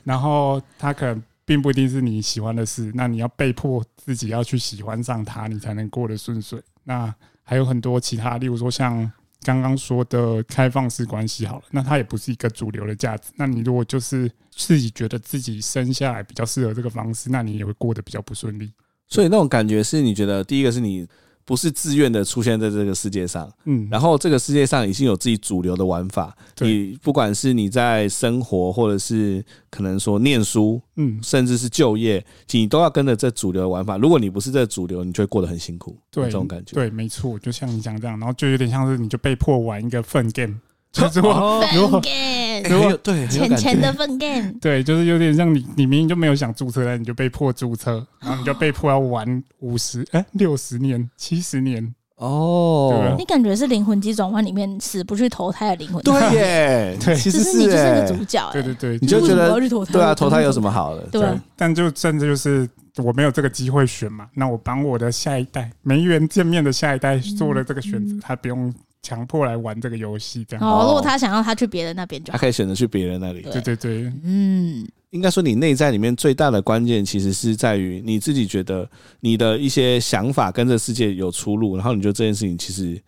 Speaker 3: 然后他可能并不一定是你喜欢的事，那你要被迫自己要去喜欢上他，你才能过得顺遂。那还有很多其他，例如说像刚刚说的开放式关系，好了，那它也不是一个主流的价值。那你如果就是自己觉得自己生下来比较适合这个方式，那你也会过得比较不顺利。
Speaker 1: 所以那种感觉是你觉得第一个是你不是自愿的出现在这个世界上，
Speaker 3: 嗯，
Speaker 1: 然后这个世界上已经有自己主流的玩法，
Speaker 3: 对
Speaker 1: 你不管是你在生活或者是可能说念书，
Speaker 3: 嗯，
Speaker 1: 甚至是就业，你都要跟着这主流的玩法。如果你不是这主流，你就会过得很辛苦，
Speaker 3: 对，
Speaker 1: 这种感觉。
Speaker 3: 对，没错，就像你讲这样，然后就有点像是你就被迫玩一个粪 game，就是我。
Speaker 1: 哦
Speaker 3: 如果
Speaker 2: Fun game，
Speaker 1: 很有对，很有
Speaker 2: 浅
Speaker 1: 感觉。
Speaker 2: 浅的 fun game，
Speaker 3: 对，就是有点像你，你明明就没有想注册，但你就被迫注册，然后你就被迫要玩五十哎六十年、七十年，对
Speaker 1: 哦
Speaker 3: 啊
Speaker 2: 你，感觉是灵魂机转换里面死不去投胎的灵魂，
Speaker 1: 对，耶，
Speaker 3: 对
Speaker 1: 其
Speaker 2: 只
Speaker 1: 实
Speaker 2: 是你就是
Speaker 1: 耶
Speaker 2: 个主角，哎
Speaker 3: 对对对，
Speaker 1: 你就
Speaker 2: 为
Speaker 1: 觉
Speaker 2: 什么
Speaker 1: 得
Speaker 2: 要去投胎，
Speaker 1: 对啊，
Speaker 2: 我
Speaker 1: 投胎有什么？好的？
Speaker 2: 对啊，
Speaker 3: 但就甚至就是我没有这个机会选嘛，那我帮我的下一代没缘见面的下一代做了这个选择，他不用强迫来玩这个游戏，这样，
Speaker 2: 嗯哦，如果他想要他去别人那边就
Speaker 1: 他
Speaker 2: 好，
Speaker 1: 可以选择去别人那里。
Speaker 3: 对对对，
Speaker 2: 嗯，
Speaker 1: 应该说，你内在里面最大的关键，其实是在于你自己觉得你的一些想法跟这世界有出入，然后你觉得这件事情其实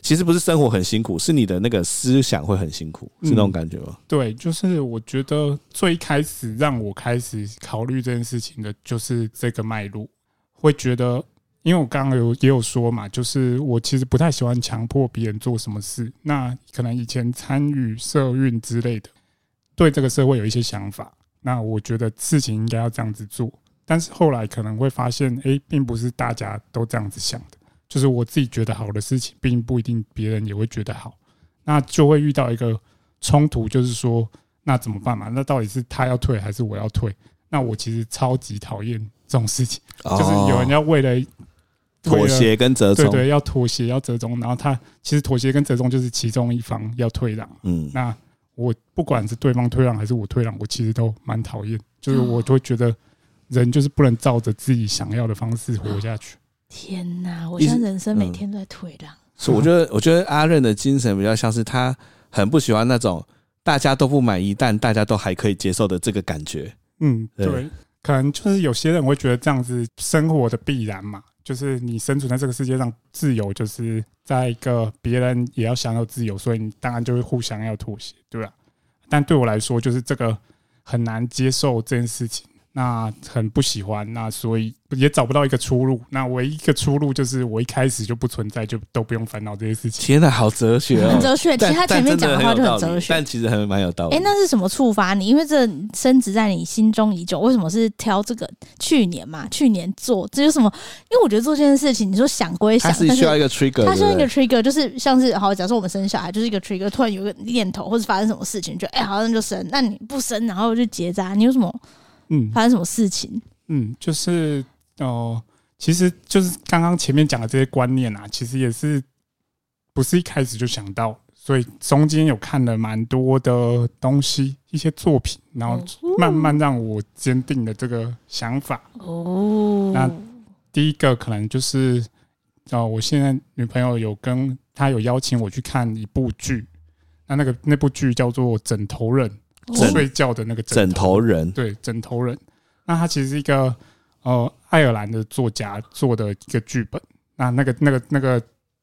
Speaker 1: 其实不是生活很辛苦，是你的那个思想会很辛苦，是
Speaker 3: 嗯
Speaker 1: 那种感觉吗？
Speaker 3: 对，就是我觉得最开始让我开始考虑这件事情的，就是这个脉络，会觉得，因为我刚刚有也有说嘛，就是我其实不太喜欢强迫别人做什么事。那可能以前参与社运之类的，对这个社会有一些想法，那我觉得事情应该要这样子做。但是后来可能会发现，诶，并不是大家都这样子想的，就是我自己觉得好的事情，并不一定别人也会觉得好，那就会遇到一个冲突，就是说那怎么办嘛？那到底是他要退还是我要退？那我其实超级讨厌这种事情，就是有人
Speaker 1: 哦
Speaker 3: 要为了
Speaker 1: 妥，
Speaker 3: 为了
Speaker 1: 协跟折
Speaker 3: 对
Speaker 1: 中，
Speaker 3: 对，要妥协要折中，然后他其实妥协跟折中就是其中一方要退让。
Speaker 1: 嗯，
Speaker 3: 那我不管是对方退让还是我退让，我其实都蛮讨厌，就是
Speaker 1: 哦
Speaker 3: 我都会觉得人就是不能照着自己想要的方式活下去。
Speaker 2: 天哪，我
Speaker 1: 意思
Speaker 2: 现在人生每
Speaker 1: 嗯
Speaker 2: 天都在退让，
Speaker 1: 是我觉 得我觉得阿任的精神比较像是他很不喜欢那种大家都不满意，但大家都还可以接受的这个感觉。
Speaker 3: 嗯，
Speaker 1: 对
Speaker 3: 对，可能就是有些人会觉得这样子生活的必然嘛，就是你生存在这个世界上，自由就是在一个别人也要享有自由，所以你当然就会互相要妥协，对吧、但对我来说，就是这个很难接受这件事情，那很不喜欢，那所以也找不到一个出路。那唯一一个出路就是我一开始就不存在，就都不用烦恼这些事情。
Speaker 1: 天哪，好哲学
Speaker 2: 很
Speaker 1: 哦！
Speaker 2: 哲学。其
Speaker 1: 但
Speaker 2: 实他
Speaker 1: 但
Speaker 2: 前面
Speaker 1: 真
Speaker 2: 讲
Speaker 1: 的
Speaker 2: 话
Speaker 1: 很
Speaker 2: 就
Speaker 1: 有
Speaker 2: 很
Speaker 1: 道理
Speaker 2: 哲学，
Speaker 1: 但其实还蛮有道理。
Speaker 2: 哎、那是什么触发你？因为这升值在你心中已久，为什么是挑这个？去年嘛，去年做，这有什么？因为我觉得做这件事情，你说想归想
Speaker 1: 他，是
Speaker 2: 但
Speaker 1: 需要
Speaker 2: 是
Speaker 1: 一个 trigger，
Speaker 2: 它
Speaker 1: 对
Speaker 2: 是一
Speaker 1: 不
Speaker 2: 个
Speaker 1: 对？
Speaker 2: trigger，就是像是好，假设我们生小孩，就是一个 trigger，突然有一个念头，或者发生什么事情，就哎、好像就生，那你不生，然后就结扎，你有什么
Speaker 3: 嗯，
Speaker 2: 发生什么事情？
Speaker 3: 嗯，就是哦、其实就是刚刚前面讲的这些观念啊，其实也是不是一开始就想到，所以中间有看了蛮多的东西，一些作品，然后慢慢让我坚定了这个想法。
Speaker 2: 哦，
Speaker 3: 那第一个可能就是哦、呃我现在女朋友有跟她有邀请我去看一部剧，那那个那部剧叫做《枕头人》，
Speaker 1: 整
Speaker 3: 睡觉的那个
Speaker 1: 枕头人，
Speaker 3: 对，枕头人。那他其实是一个呃爱尔兰的作家做的一个剧本。那那个那个那个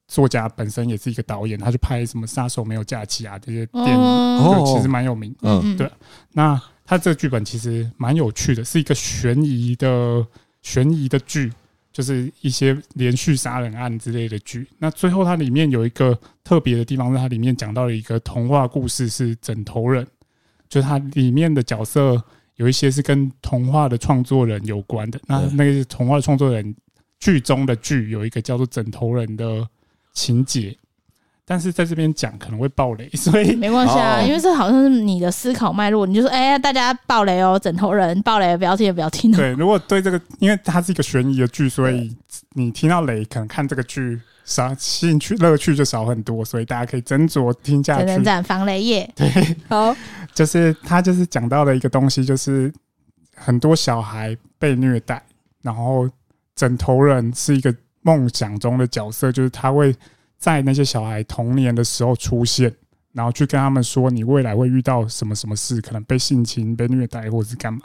Speaker 3: 作家本身也是一个导演，他去拍什么《杀手没有假期》啊这些电影，
Speaker 1: 哦
Speaker 2: 哦，
Speaker 3: 就其实蛮有名。
Speaker 1: 嗯，
Speaker 2: 嗯
Speaker 3: 对那他这个剧本其实蛮有趣的，是一个悬疑的悬疑的剧，就是一些连续杀人案之类的剧。那最后它里面有一个特别的地方，是它里面讲到了一个童话故事，是枕头人，就是它里面的角色有一些是跟童话的创作人有关的。那
Speaker 1: 对
Speaker 3: 那个童话的创作人剧中的剧有一个叫做枕头人的情节。但是在这边讲可能会爆雷， 所以
Speaker 2: 没关系啊，
Speaker 1: 哦
Speaker 2: 因为这好像是你的思考脉络，你就说，哎、呀，大家爆雷哦，枕头人爆雷，不要听，不要听哦。
Speaker 3: 对，如果对这个，因为它是一个悬疑的剧，所以你听到雷，可能看这个剧啥兴趣乐趣就少很多，所以大家可以斟酌听下
Speaker 2: 真人
Speaker 3: 去。
Speaker 2: 展防 雷夜，好，
Speaker 3: 就是他就是讲到的一个东西，就是很多小孩被虐待，然后枕头人是一个梦想中的角色，就是他会在那些小孩童年的时候出现，然后去跟他们说你未来会遇到什么什么事，可能被性侵、被虐待或者是干嘛，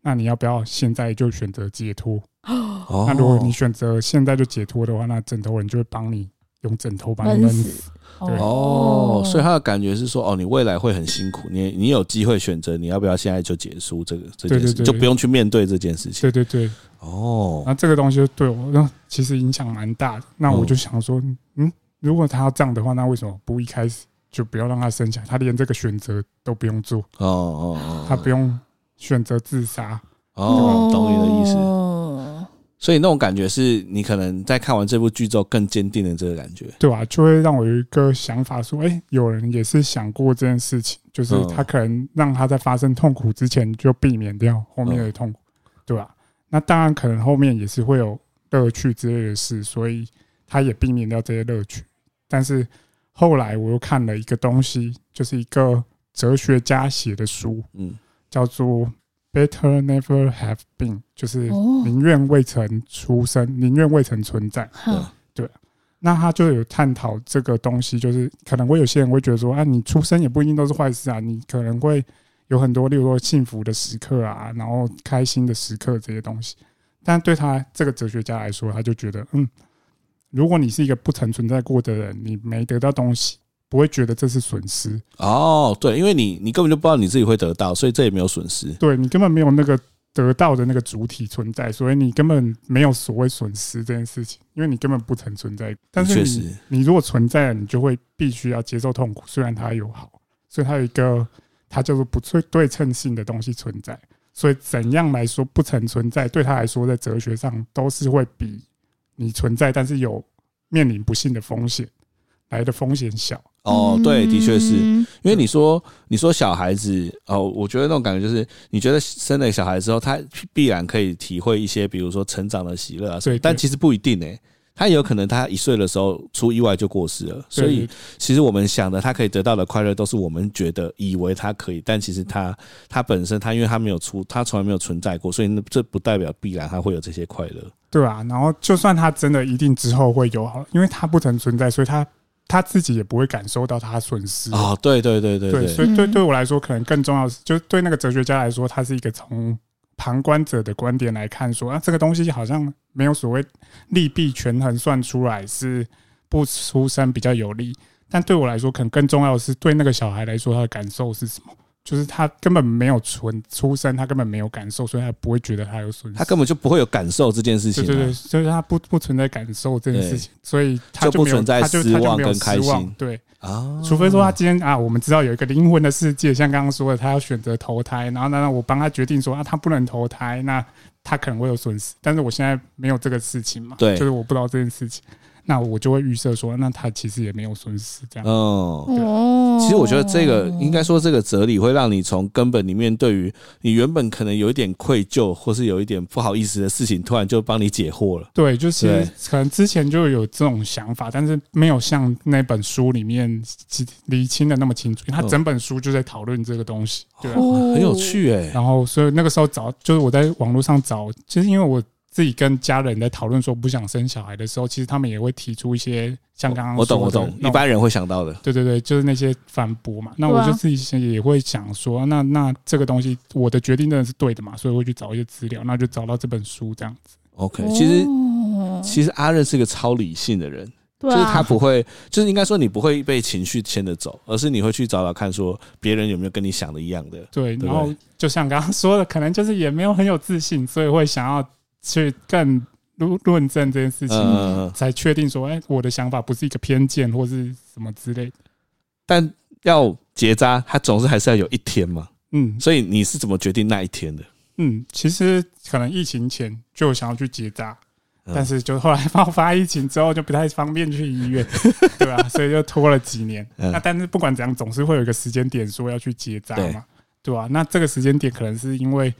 Speaker 3: 那你要不要现在就选择解脱？
Speaker 1: 哦
Speaker 3: 那如果你选择现在就解脱的话，那枕头人就会帮你用枕头把你闷
Speaker 2: 闷
Speaker 3: 死。
Speaker 2: 死。
Speaker 3: 对
Speaker 1: 哦，所以他的感觉是说，哦，你未来会很辛苦，你你有机会选择你要不要现在就结束这个这件事情，
Speaker 3: 对对对
Speaker 1: 就不用去面对这件事情。
Speaker 3: 对对对，
Speaker 1: 哦
Speaker 3: 那这个东西就对我那其实影响蛮大的。那我就想说，嗯，如果他要这样的话，那为什么不一开始就不要让他生下来？他连这个选择都不用做，
Speaker 1: 哦哦哦，
Speaker 3: 他不用选择自杀。
Speaker 1: 哦，懂你的意思。
Speaker 2: 思。
Speaker 1: 所以那种感觉是你可能在看完这部剧之后更坚定的这个感觉。
Speaker 3: 对吧、就会让我有一个想法，说，哎、有人也是想过这件事情，就是
Speaker 1: 嗯
Speaker 3: 他可能让他在发生痛苦之前就避免掉后面的痛苦，对吧、那当然，可能后面也是会有乐趣之类的事，所以他也避免掉这些乐趣。但是后来我又看了一个东西，就是一个哲学家写的书，
Speaker 1: 嗯，
Speaker 3: 叫做《Better Never Have Been》，就是
Speaker 2: 哦
Speaker 1: 嗯
Speaker 3: 宁愿未曾出生，宁愿未曾存在。
Speaker 2: 哼
Speaker 3: 那他就有探讨这个东西，就是可能会有些人会觉得说，啊，你出生也不一定都是坏事啊，你可能会有很多，例如说幸福的时刻啊，然后开心的时刻这些东西。但对他这个哲学家来说，他就觉得，嗯，如果你是一个不曾存在过的人，你没得到东西，不会觉得这是损失，
Speaker 1: 哦，对，因为你你根本就不知道你自己会得到，所以这也没有损失。
Speaker 3: 对你根本没有那个得到的那个主体存在，所以你根本没有所谓损失这件事情，因为你根本不曾存在。但是
Speaker 1: 确
Speaker 3: 你
Speaker 1: 实
Speaker 3: 你如果存在了，你就会必须要接受痛苦，虽然它有好，所以它有一个它叫做不对对称性的东西存在。所以怎样来说不曾存在，对他来说在哲学上都是会比你存在，但是有面临不幸的风险来的风险小。
Speaker 1: 哦，对，的确是。
Speaker 2: 嗯
Speaker 1: 因为你说你说小孩子哦，我觉得那种感觉就是，你觉得生了小孩之后，他必然可以体会一些，比如说成长的喜乐啊什么
Speaker 3: 对对
Speaker 1: 但其实不一定诶、欸他也有可能他一岁的时候出意外就过世了，所以其实我们想的他可以得到的快乐，都是我们觉得以为他可以，但其实他他本身他因为他没有出，他从来没有存在过，所以那这不代表必然他会有这些快乐。
Speaker 3: 对啊，然后就算他真的一定之后会有好了，因为他不曾存在，所以他他自己也不会感受到他损失。
Speaker 1: 哦，对对对对
Speaker 3: 对，
Speaker 1: 对，
Speaker 3: 所以对
Speaker 2: 嗯
Speaker 3: 对我来说，可能更重要的是，就是对那个哲学家来说，他是一个从旁观者的观点来看说，啊，这个东西好像没有所谓利弊权衡算出来是不出声比较有利。但对我来说，可能更重要的是，对那个小孩来说，他的感受是什么？就是他根本没有存出生，他根本没有感受，所以他不会觉得他有损失。
Speaker 1: 他根本就不会有感受这件事情、
Speaker 3: 对
Speaker 1: 啊。
Speaker 3: 对对，就是他不不存在感受这件事情，所以他
Speaker 1: 就不
Speaker 3: 没有
Speaker 1: 存在
Speaker 3: 他就
Speaker 1: 失
Speaker 3: 他就
Speaker 1: 望
Speaker 3: 没有
Speaker 1: 跟
Speaker 3: 失
Speaker 1: 开
Speaker 3: 望
Speaker 1: 心
Speaker 3: 对，
Speaker 1: 啊，
Speaker 3: 除非说他今天啊，我们知道有一个灵魂的世界，像刚刚说的，他要选择投胎，然后呢，我帮他决定说啊，他不能投胎，那他可能会有损失，但是我现在没有这个事情嘛，
Speaker 1: 对
Speaker 3: 就是我不知道这件事情，那我就会预设说，那他其实也没有损失，这样，
Speaker 1: 嗯，
Speaker 2: 哦，
Speaker 1: 其实我觉得这个应该说这个哲理会让你从根本里面对于你原本可能有一点愧疚或是有一点不好意思的事情，突然就帮你解惑了。
Speaker 3: 对，就是
Speaker 1: 对
Speaker 3: 可能之前就有这种想法，但是没有像那本书里面厘清的那么清楚，因为他
Speaker 1: 嗯
Speaker 3: 整本书就在讨论这个东西，对啊、
Speaker 2: 哦
Speaker 1: 很有趣哎、
Speaker 3: 然后所以那个时候找，就是我在网络上找，就是因为我自己跟家人在讨论说不想生小孩的时候，其实他们也会提出一些像刚刚
Speaker 1: 我懂
Speaker 3: 说
Speaker 1: 我
Speaker 3: 的
Speaker 1: 懂，
Speaker 3: 那
Speaker 1: 一
Speaker 3: 种
Speaker 1: 般人会想到的。
Speaker 3: 对对对，就是那些反驳嘛。那
Speaker 2: 对啊
Speaker 3: 我就自己也会想说，那那这个东西我的决定真的是对的嘛，所以我会去找一些资料，那就找到这本书这样子。
Speaker 1: OK，其实
Speaker 2: 哦
Speaker 1: 其实阿任是一个超理性的人，
Speaker 2: 对
Speaker 1: 就是他
Speaker 2: 啊，
Speaker 1: 不会，就是应该说你不会被情绪牵着走，而是你会去找找看说别人有没有跟你想的一样的。
Speaker 3: 对，
Speaker 1: 对
Speaker 3: 然后就像刚刚说的，可能就是也没有很有自信，所以会想要去更论论证这件事情。
Speaker 1: 嗯，
Speaker 3: 才确定说，哎、我的想法不是一个偏见或是什么之类的。
Speaker 1: 但要结扎，他总是还是要有一天嘛。
Speaker 3: 嗯，
Speaker 1: 所以你是怎么决定那一天的？
Speaker 3: 嗯，其实可能疫情前就想要去结扎，
Speaker 1: 嗯
Speaker 3: 但是就后来 爆发疫情之后，就不太方便去医院，对吧、所以就拖了几年。
Speaker 1: 嗯
Speaker 3: 那但是不管怎样，总是会有一个时间点说要去结扎
Speaker 1: 对
Speaker 3: 嘛，对吧、那这个时间点可能是因为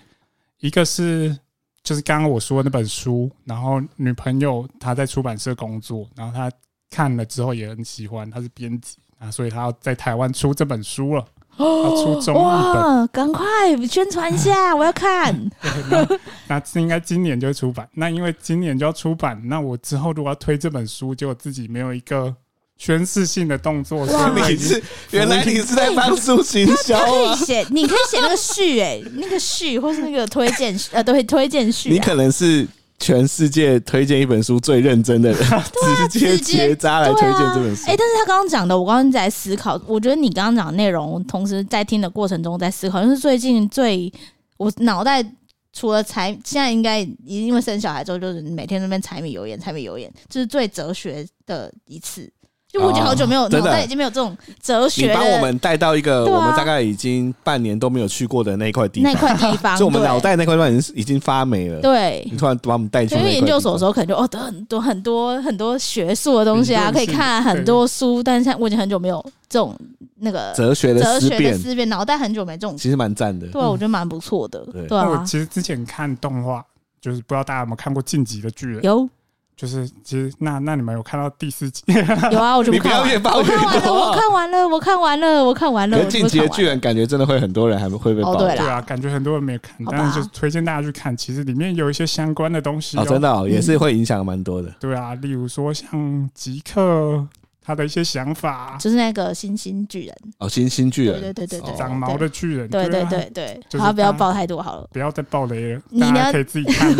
Speaker 3: 一个是就是刚刚我说的那本书，然后女朋友她在出版社工作，然后她看了之后也很喜欢，她是编辑啊，所以她要在台湾出这本书了。出中日本
Speaker 2: 哦哇，赶快宣传一下，我要看。
Speaker 3: 对那那应该今年就会出版。那因为今年就要出版，那我之后如果要推这本书，结果自己没有一个宣示性的动作，所以我已
Speaker 1: 你
Speaker 3: 经
Speaker 1: 是原来你是在帮助行销
Speaker 2: 他可以
Speaker 1: 啊？
Speaker 2: 写，你可以写那个序、哎，那个序或是那个推荐序，呃，对，推荐序、
Speaker 1: 你
Speaker 2: 啊，
Speaker 1: 可能是全世界推荐一本书最认真的人，直接
Speaker 2: 啊直接
Speaker 1: 结扎来推荐这本书。
Speaker 2: 哎、但是他刚刚讲的，我刚刚在思考，我觉得你刚刚讲的内容，我同时在听的过程中在思考，就是最近最我脑袋除了柴，现在应该因为生小孩之后，就是每天那边柴米油盐，柴米油盐，就是最哲学的一次。就我已经好久没有
Speaker 1: 哦真
Speaker 2: 脑
Speaker 1: 的
Speaker 2: 袋已经没有这种哲
Speaker 1: 你
Speaker 2: 学
Speaker 1: 帮我
Speaker 2: 的
Speaker 1: 们带到一个
Speaker 2: 哎对啊
Speaker 1: 我们大概已经半年都没有去过的那一块地
Speaker 2: 那
Speaker 1: 方，
Speaker 2: 块地 方，
Speaker 1: 就我们
Speaker 2: 对
Speaker 1: 脑袋那块地方已经已经发霉了。
Speaker 2: 对
Speaker 1: 你突然把我们带去
Speaker 2: 所
Speaker 1: 那块
Speaker 2: 以研究所的
Speaker 1: 地
Speaker 2: 时
Speaker 1: 方，
Speaker 2: 候，可能就哦得很多很多很多学术的东西啊，可
Speaker 3: 理论
Speaker 2: 以
Speaker 3: 性
Speaker 2: 看很多书，但是现在我已经很久没有这种那个
Speaker 1: 哲学的
Speaker 2: 哲
Speaker 1: 思
Speaker 2: 学的
Speaker 1: 辨
Speaker 2: 思辨，脑袋很久没这种，
Speaker 1: 其实蛮赞的。
Speaker 2: 对啊，我觉得蛮不错的
Speaker 1: 对，
Speaker 2: 对
Speaker 3: 那我
Speaker 2: 啊，
Speaker 3: 其实之前看动画，就是不知道大家有没有看过《晋级的巨人》，
Speaker 2: 有
Speaker 3: 就是其实那那你们有看到第四集？
Speaker 2: 有 啊，我就
Speaker 1: 你不
Speaker 2: 看
Speaker 1: 要
Speaker 2: 完
Speaker 1: 越抱
Speaker 2: 我
Speaker 1: 越
Speaker 2: 看完了，我
Speaker 1: 多。
Speaker 2: 看完了，我看完了，我看完了，
Speaker 1: 啊可
Speaker 2: 我
Speaker 1: 是《进啊击的巨
Speaker 2: 看完
Speaker 1: 人》感觉真的会很多人还会被
Speaker 2: 哦
Speaker 1: 爆
Speaker 2: 对
Speaker 1: 掉
Speaker 2: 啦
Speaker 3: 对啊，感觉很多人没有看，
Speaker 2: 好吧
Speaker 3: 但是就是推荐大家去看，其实里面有一些相关的东西、
Speaker 1: 哦，真的
Speaker 2: 嗯
Speaker 1: 哦也是会影响蛮多的。
Speaker 3: 对啊，例如说像吉克他的一些想法
Speaker 2: 了，就是那个星星巨人，
Speaker 1: 哦，新新巨
Speaker 2: 对
Speaker 1: 人，
Speaker 2: 对对对对，
Speaker 1: 哦
Speaker 3: 长毛的巨人，
Speaker 2: 对，对
Speaker 3: 啊
Speaker 2: 对对
Speaker 3: 就
Speaker 2: 对，
Speaker 3: 是
Speaker 2: 好，不要
Speaker 3: 他
Speaker 2: 爆太 多好了，
Speaker 3: 不要再爆雷了，
Speaker 2: 你
Speaker 3: 大
Speaker 2: 了
Speaker 3: 家可以自己看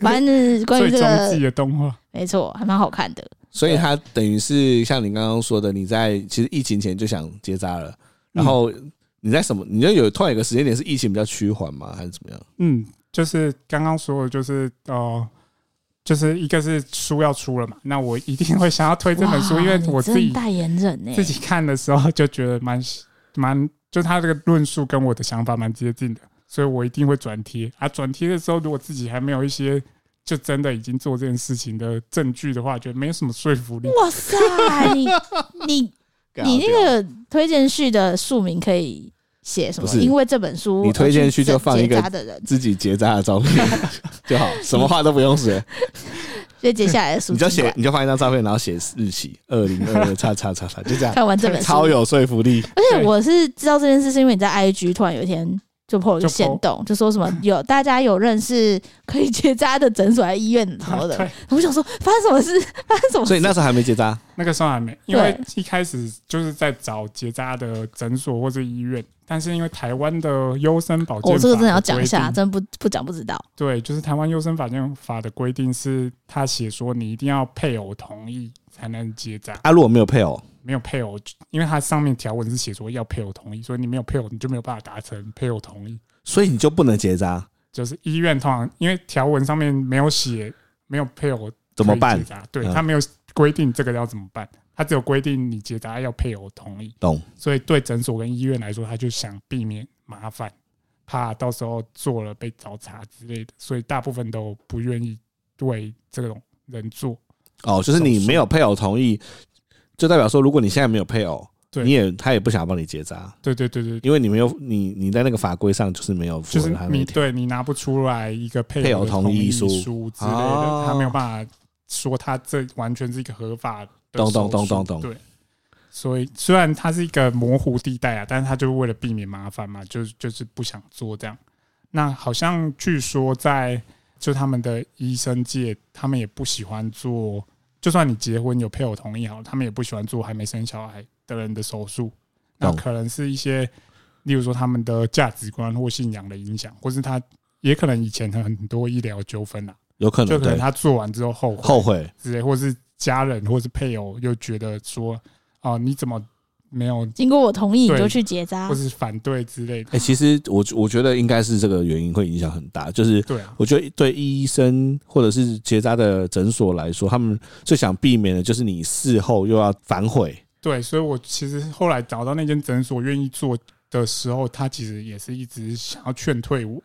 Speaker 2: 反正 就是关于这
Speaker 3: 最
Speaker 2: 个
Speaker 3: 终
Speaker 1: 啊
Speaker 3: 季，的动画。
Speaker 2: 没错，还蛮好看的，
Speaker 1: 所以它等于是像你刚刚说的，你在其实疫情前就想结扎了，然
Speaker 2: 嗯
Speaker 1: 后你在什么？你就有突然有个时间点是疫情比较趋缓吗？还是怎么样？
Speaker 3: 嗯，就是刚刚说的，就是呃，就是一个是书要出了嘛，那我一定会想要
Speaker 1: 哎
Speaker 3: 推这本书，
Speaker 2: 哇
Speaker 3: 因为
Speaker 2: 你
Speaker 3: 我自
Speaker 2: 真
Speaker 3: 己
Speaker 2: 代言人呢，欸
Speaker 3: 自己看的时候就觉得蛮蛮，就他这个论述跟我的想法蛮接近的，所以我一定会转贴啊。转贴的时候，如果自己还没有一些就真的已经做这件事情的证据的话，觉得没有什么说服力。
Speaker 2: 哇塞， 你你你那个推荐序的署名可以写什么
Speaker 1: 不？是
Speaker 2: 因为这本书
Speaker 1: 你推荐序就放一个
Speaker 2: 而去整结扎的人，
Speaker 1: 自己结扎的照 片就好，什么话都不用写，
Speaker 2: 所以接下来的书
Speaker 1: 你就写
Speaker 2: 尽管
Speaker 1: 你就放一张照片，然后写日期二零二二叉叉叉叉，就这样，
Speaker 2: 看完这本书，
Speaker 1: 超有说服力。
Speaker 2: 而且我是知道这件事，是因为你在 IG 突然有一天就破了个
Speaker 3: 就 po
Speaker 2: 线动， 就说什么有大家有认识可以结扎的诊所、还医院什么的
Speaker 3: 对。
Speaker 2: 我想说发生什么事？ 发生什么事？
Speaker 1: 所以那时候还没结扎，
Speaker 3: 那个时候还没，因为
Speaker 2: 对
Speaker 3: 一开始就是在找结扎的诊所或者医院，但是因为台湾的优生保健
Speaker 2: 我、
Speaker 3: 法
Speaker 2: 哦这个真的要
Speaker 3: 的
Speaker 2: 讲一
Speaker 3: 规
Speaker 2: 下，
Speaker 3: 定
Speaker 2: 真不不讲不知道。
Speaker 3: 对，就是台湾优生保健法的规定是，他写说你一定要配偶同意才能结扎，
Speaker 1: 啊阿如果没有配偶，
Speaker 3: 没有配偶，因为它上面条文是写说要配偶同意，所以你没有配偶，你就没有办法达成配偶同意。
Speaker 1: 所以你就不能结扎，
Speaker 3: 就是医院通常因为条文上面没有写没有配偶
Speaker 1: 怎么
Speaker 3: 可以
Speaker 1: 办
Speaker 3: 结？扎？对
Speaker 1: 嗯
Speaker 3: 他没有规定这个要怎么办，他只有规定你结扎要配偶同意。
Speaker 1: 懂？
Speaker 3: 所以对诊所跟医院来说，他就想避免麻烦，怕到时候做了被找茬之类的，所以大部分都不愿意为这种人做。
Speaker 1: 哦，就是你没有配偶同意，就代表说，如果你现在没有配偶，
Speaker 3: 对
Speaker 1: 你也他也不想帮你结扎，
Speaker 3: 对对对对，
Speaker 1: 因为你没有你你在那个法规上就是没有符
Speaker 3: 就是
Speaker 1: 合他那
Speaker 3: 你
Speaker 1: 一条。
Speaker 3: 对你拿不出来一个配
Speaker 1: 配
Speaker 3: 偶
Speaker 1: 偶
Speaker 3: 的
Speaker 1: 同意
Speaker 3: 意
Speaker 1: 书
Speaker 3: 书之类
Speaker 1: 哦
Speaker 3: 的，他没有办法说他这完全是一个合法的
Speaker 1: 懂懂
Speaker 3: 手
Speaker 1: 懂
Speaker 3: 术
Speaker 1: 懂懂
Speaker 3: 对。所以虽然它是一个模糊地带啊，但是他就是为了避免麻烦嘛，就就是不想做这样。那好像据说在就他们的医生界，他们也不喜欢做，就算你结婚有配偶同意好了，他们也不喜欢做还没生小孩的人的手术。那
Speaker 1: 懂
Speaker 3: 可能是一些，例如说他们的价值观或信仰的影响，或是他也可能以前很多医疗纠纷啊，
Speaker 1: 有可
Speaker 3: 就
Speaker 1: 能
Speaker 3: 可能
Speaker 1: 对
Speaker 3: 他做完之后后悔
Speaker 1: 后悔，
Speaker 3: 之类，或是家人或是配偶又觉得说，哦、你怎么没有，
Speaker 2: 经过我同意，
Speaker 3: 对
Speaker 2: 你就去结扎
Speaker 3: 或。是反对之类的
Speaker 1: 哎、。其实我我觉得应该是这个原因会影响很大，就是
Speaker 3: 对啊，
Speaker 1: 我觉得对医生或者是结扎的诊所来说，他们最想避免的就是你事后又要反悔，
Speaker 3: 对，所以我其实后来找到那间诊所愿意做的时候，他其实也是一直想要劝退我，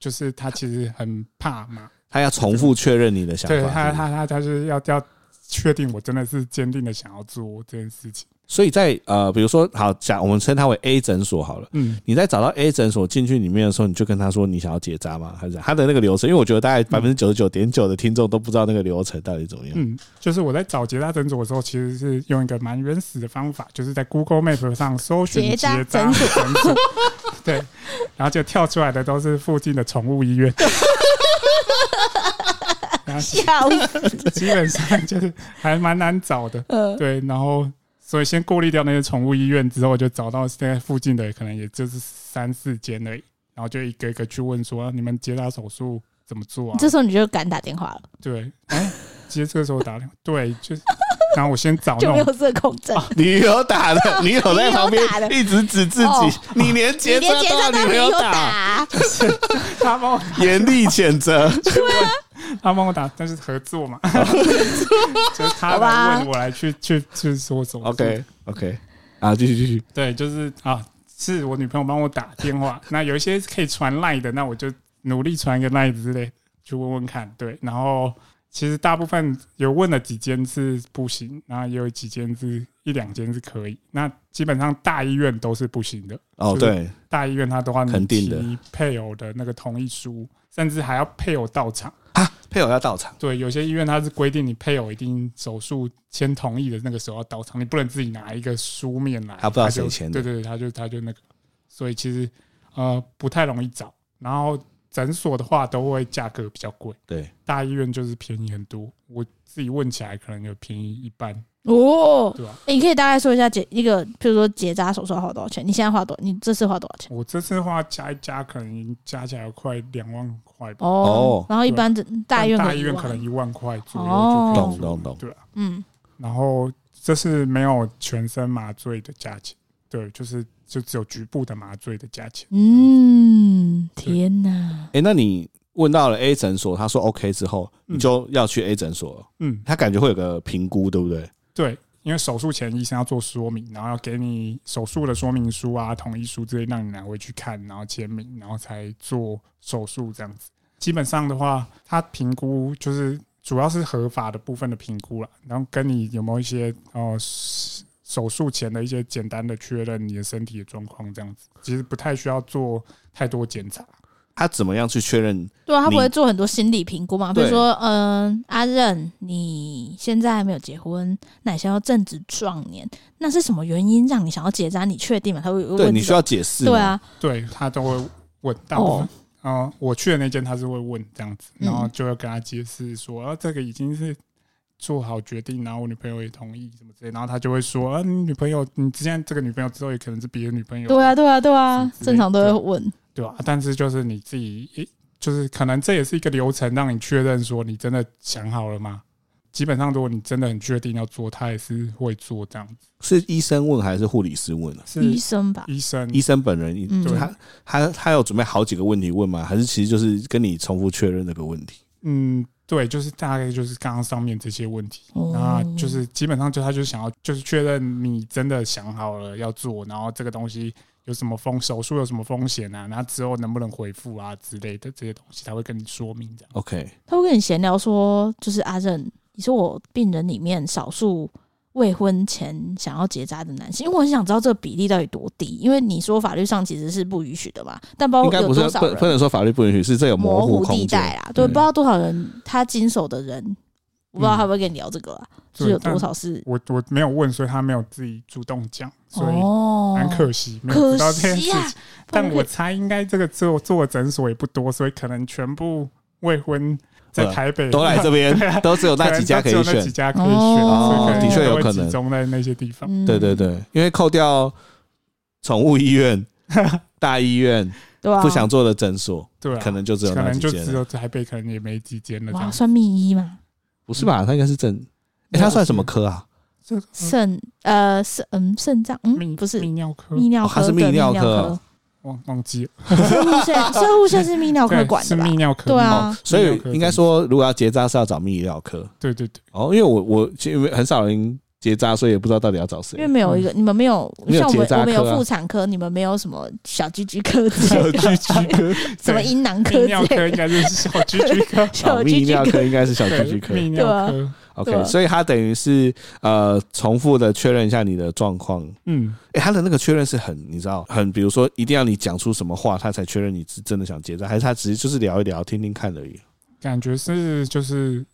Speaker 3: 就是他其实很怕嘛，
Speaker 1: 他要重复确认你的想法。
Speaker 3: 对他，
Speaker 1: 是不是
Speaker 3: 他他他就是要要确定我真的是坚定的想要做这件事情。
Speaker 1: 所以在呃，比如说好，假我们称它为 A 诊所好了。
Speaker 3: 嗯，
Speaker 1: 你在找到 A 诊所进去里面的时候，你就跟他说你想要结扎吗？还是他的那个流程？因为我觉得大概百分之九十九点九的听众都不知道那个流程到底怎 么样。
Speaker 3: 嗯，就是我在找结扎诊所的时候，其实是用一个蛮原始的方法，就是在 Google Map 上搜寻
Speaker 2: 结
Speaker 3: 结
Speaker 2: 扎
Speaker 3: 扎
Speaker 2: 诊
Speaker 3: 诊所，对，然后就跳出来的都是附近的宠物医院。然后 基
Speaker 2: 笑死，
Speaker 3: 基本上就是还蛮难找的，
Speaker 2: 呃，
Speaker 3: 对，然后所以先过滤掉那些宠物医院之后，就找到现在附近的可能也就是三四间而已，然后就一个一个去问说、啊你们结扎手术怎么做啊？
Speaker 2: 这时候你就敢打电话了，
Speaker 3: 对，哎、接这个时候打电话，对，就是，然后我哦先找
Speaker 2: 就没有
Speaker 3: 哦那种，
Speaker 2: 社恐症。
Speaker 1: 你有打 的，你有在旁边
Speaker 2: 你有打的
Speaker 1: 一直指自
Speaker 2: 哦
Speaker 1: 己，你连
Speaker 2: 你
Speaker 1: 结
Speaker 2: 连
Speaker 1: 扎
Speaker 2: 结账
Speaker 1: 都
Speaker 2: 都
Speaker 1: 没
Speaker 2: 没
Speaker 1: 有
Speaker 2: 有
Speaker 1: 打，
Speaker 2: 打，
Speaker 3: 他帮我，
Speaker 1: 严厉谴责。
Speaker 3: 他帮我打，但是合作嘛，就是他
Speaker 2: 好吧
Speaker 3: 来问我来去去去说手术
Speaker 1: OK OK，啊，继续继续。
Speaker 3: 对，就是啊，是我女朋友帮我打电话。那有一些可以传赖的，那我就努力传个赖之类的，去问问看。对，然后其实大部分有问了几间是不行，然后也有几间是一两间是可以。那基本上大医院都是不行的，
Speaker 1: 哦，
Speaker 3: 就是
Speaker 1: 对，
Speaker 3: 大医院他都要
Speaker 1: 肯
Speaker 3: 你
Speaker 1: 定的
Speaker 3: 提配偶的那个同意书，甚至还要配偶到场。
Speaker 1: 配偶要到场。
Speaker 3: 对，有些医院它是规定你配偶一定手术签同意的那个时候要到场，你不能自己拿一个书面来。
Speaker 1: 他不知道谁
Speaker 3: 就
Speaker 1: 签的
Speaker 3: 对对对，他就他就那个，所以其实呃不太容易找。然后诊所的话都会价格比较贵，
Speaker 1: 对，
Speaker 3: 大医院就是便宜很多。我自己问起来可能有便宜一半，
Speaker 2: 哦，
Speaker 3: 对吧、
Speaker 2: 欸你可以大概说一下结一个，譬如说结扎手术要花多少钱？你现在花多，你这次花多少钱？
Speaker 3: 我这次的话加一加，可能加起来有快两万块吧。
Speaker 2: 哦
Speaker 1: 哦，
Speaker 2: 然后一般的大医院
Speaker 3: 但
Speaker 2: 可
Speaker 3: 大
Speaker 2: 能
Speaker 3: 医
Speaker 2: 一
Speaker 3: 院
Speaker 2: 万
Speaker 3: 可能一万块左右
Speaker 2: 哦
Speaker 3: 就可以
Speaker 1: 懂
Speaker 3: 做了
Speaker 1: 懂懂
Speaker 3: 对啊。
Speaker 2: 嗯，
Speaker 3: 然后这是没有全身麻醉的价钱，对，就是就只有局部的麻醉的价钱。
Speaker 2: 嗯，天哪！
Speaker 1: 哎，那你问到了 A 诊所，他说 OK 之后，
Speaker 3: 嗯
Speaker 1: 你就要去 A 诊所了，
Speaker 3: 嗯，
Speaker 1: 他感觉会有个评估，对不对？
Speaker 3: 对，因为手术前医生要做说明，然后要给你手术的说明书啊、同意书之类，让你拿回去看，然后签名，然后才做手术这样子。基本上的话，他评估就是主要是合法的部分的评估了，然后跟你有没有一些哦。手手术前的一些简单的确认你的身体的状况，这样子其实不太需要做太多检查。
Speaker 1: 他怎么样去确认？
Speaker 2: 对啊，他
Speaker 1: 你
Speaker 2: 不会做很多心理评估嘛？比如
Speaker 1: 对
Speaker 2: 说，嗯，阿任，你现在还没有结婚，那你现在要正值壮年，那是什么原因让你想要结扎？你确定吗？他会问
Speaker 1: 对
Speaker 2: 这
Speaker 1: 你
Speaker 2: 种
Speaker 1: 需要解释。
Speaker 2: 对，啊，
Speaker 3: 对他都会问大部分。哦、我去的那间他是会问这样子，
Speaker 2: 嗯
Speaker 3: 然后就要跟他解释说，啊，这个已经是做好决定，然后我女朋友也同意什么之类，然后他就会说，啊，你女朋友，你之前这个女朋友之后也可能是别的女朋友，
Speaker 2: 对啊，对啊，对啊，
Speaker 3: 之类的
Speaker 2: 正常都会问。
Speaker 3: 对吧、啊但是就是你自己，诶就是可能这也是一个流程，让你确认说你真的想好了吗？基本上，如果你真的很确定要做，他也是会做这样子，
Speaker 1: 是医生问还是护理师问啊？
Speaker 3: 是
Speaker 2: 医生吧，
Speaker 3: 医生
Speaker 1: 医生本人，
Speaker 2: 嗯
Speaker 1: 就是他他他有准备好几个问题问吗？还是其实就是跟你重复确认那个问题？
Speaker 3: 嗯，对，就是大概就是刚刚上面这些问题，
Speaker 2: 哦
Speaker 3: 那就是基本上就他就想要就是确认你真的想好了要做，然后这个东西有什么风手术有什么风险啊，然后之后能不能回复啊之类的这些东西，他会跟你说明这样。
Speaker 1: OK，
Speaker 2: 他会跟你闲聊说，就是阿任，你是我病人里面少数未婚前想要结扎的男性，因为我很想知道这个比例到底多低，因为你说法律上其实是不允许的嘛，但不
Speaker 1: 应
Speaker 2: 知道
Speaker 1: 该
Speaker 2: 哦有
Speaker 1: 不是
Speaker 2: 多少
Speaker 1: 不不
Speaker 2: 人
Speaker 1: 能说法律不允许，是这有
Speaker 2: 模
Speaker 1: 糊
Speaker 2: 糊
Speaker 1: 空
Speaker 2: 地
Speaker 1: 间。
Speaker 2: 带啦，啊对，
Speaker 1: 嗯
Speaker 2: 不知道多少人他经手的人，我不知道他会不会跟你聊这个啊，就是有
Speaker 3: 对但
Speaker 2: 多少是
Speaker 3: 我我没有问，所以他没有自己主动讲，所以
Speaker 2: 哦
Speaker 3: 蛮可惜，没有
Speaker 2: 可
Speaker 3: 知道这件
Speaker 2: 惜啊
Speaker 3: 事
Speaker 2: 呀、
Speaker 3: 情。但我猜应该这个做做诊所也不多，所以可能全部未婚在台北
Speaker 1: 呃都来这 边，都只有那几家可
Speaker 3: 能
Speaker 1: 以
Speaker 3: 都只有那
Speaker 1: 选
Speaker 3: 几。家可以选，
Speaker 2: 哦
Speaker 3: 所以
Speaker 2: 的确
Speaker 1: 有
Speaker 3: 都会
Speaker 1: 可能
Speaker 3: 集中在那些地方。
Speaker 2: 嗯
Speaker 1: 对对对，因为扣掉宠物医 院、大医院、
Speaker 2: 对啊，
Speaker 1: 不想做的诊所，
Speaker 3: 对啊，
Speaker 1: 可能就只有
Speaker 3: 可
Speaker 1: 那
Speaker 3: 能
Speaker 1: 几
Speaker 3: 就
Speaker 1: 间
Speaker 3: 只
Speaker 1: 了。
Speaker 3: 有台北，可能也没几间了这
Speaker 2: 哇
Speaker 3: 样。嗯
Speaker 2: 算秘医嘛，
Speaker 1: 不是吧？他应该是正，哎，他算什么科啊？
Speaker 3: 这个
Speaker 2: 肾呃肾嗯肾脏嗯
Speaker 3: 泌
Speaker 2: 不是
Speaker 3: 泌尿科，
Speaker 2: 泌尿
Speaker 1: 哦
Speaker 2: 科
Speaker 1: 它
Speaker 2: 对
Speaker 1: 是
Speaker 2: 泌
Speaker 1: 泌
Speaker 2: 尿
Speaker 1: 尿科
Speaker 3: 忘忘记了，
Speaker 2: 科，射护线射护线是泌尿科
Speaker 3: 对
Speaker 2: 管
Speaker 3: 是
Speaker 2: 的吧
Speaker 3: 泌？尿科，
Speaker 2: 对啊
Speaker 1: 哦，所以应该说，如果要结扎是要找泌尿科
Speaker 3: 对对对，
Speaker 1: 哦，因为我我其实因为很少人结扎，所以也不知道到底要找
Speaker 2: 因为
Speaker 1: 谁。
Speaker 2: 没有一个，你们没有
Speaker 1: 没有
Speaker 2: 像我
Speaker 1: 结
Speaker 2: 们
Speaker 1: 扎科啊
Speaker 2: 我们有妇产科，你们没有什么小鸡鸡科之类的，
Speaker 3: 小居居科，
Speaker 2: 什么阴囊科
Speaker 3: 泌
Speaker 2: 之
Speaker 3: 尿科
Speaker 2: 类
Speaker 3: 应
Speaker 2: 的，，
Speaker 3: 该就是小居居科
Speaker 2: 小
Speaker 1: 哦
Speaker 2: 鸡
Speaker 1: 泌
Speaker 2: 鸡
Speaker 1: 尿
Speaker 2: 科
Speaker 1: 科应该是小
Speaker 3: 对
Speaker 1: 鸡鸡科
Speaker 3: 泌
Speaker 2: 对啊
Speaker 3: 尿科，
Speaker 2: 对
Speaker 1: ，OK，
Speaker 2: 啊
Speaker 1: 所以他等于是呃重复的确认一下你的状况。
Speaker 3: 嗯，
Speaker 1: 哎、他的那个确认是很，你知道，很，比如说一定要你讲出什么话，他才确认你是真的想结扎，还是他只是就是聊一聊、听听看而已。
Speaker 3: 感觉是就是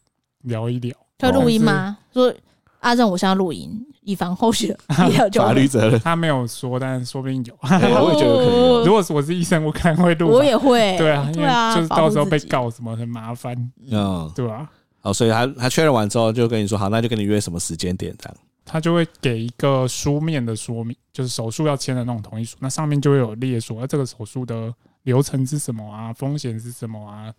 Speaker 3: 聊一聊，
Speaker 2: 会录音吗？
Speaker 3: 哦
Speaker 2: 说阿正，我现在录音，以防后续医疗纠
Speaker 1: 法律
Speaker 2: 纷。
Speaker 1: 责
Speaker 3: ，
Speaker 1: 任
Speaker 3: 他没有说，但说不 定有。
Speaker 1: 哎我也觉得可能有。
Speaker 3: 如果是我是医生，我可能会录吧。
Speaker 2: 哦我也会，
Speaker 3: 啊对啊，因
Speaker 2: 对
Speaker 3: 为
Speaker 2: 啊，
Speaker 3: 就是
Speaker 2: 保
Speaker 3: 到
Speaker 2: 护
Speaker 3: 时候
Speaker 2: 自
Speaker 3: 被
Speaker 2: 己。
Speaker 3: 告什么很麻烦，
Speaker 1: 嗯，
Speaker 3: 对啊吧？
Speaker 1: 哦，所以他他确认完之后就跟你说，好，那就跟你约什么时间点这样。
Speaker 3: 他就会给一个书面的说明，就是手术要签的那种同意书，那上面就会有列说、啊、这个手术的流程是什么啊，风险是什么啊，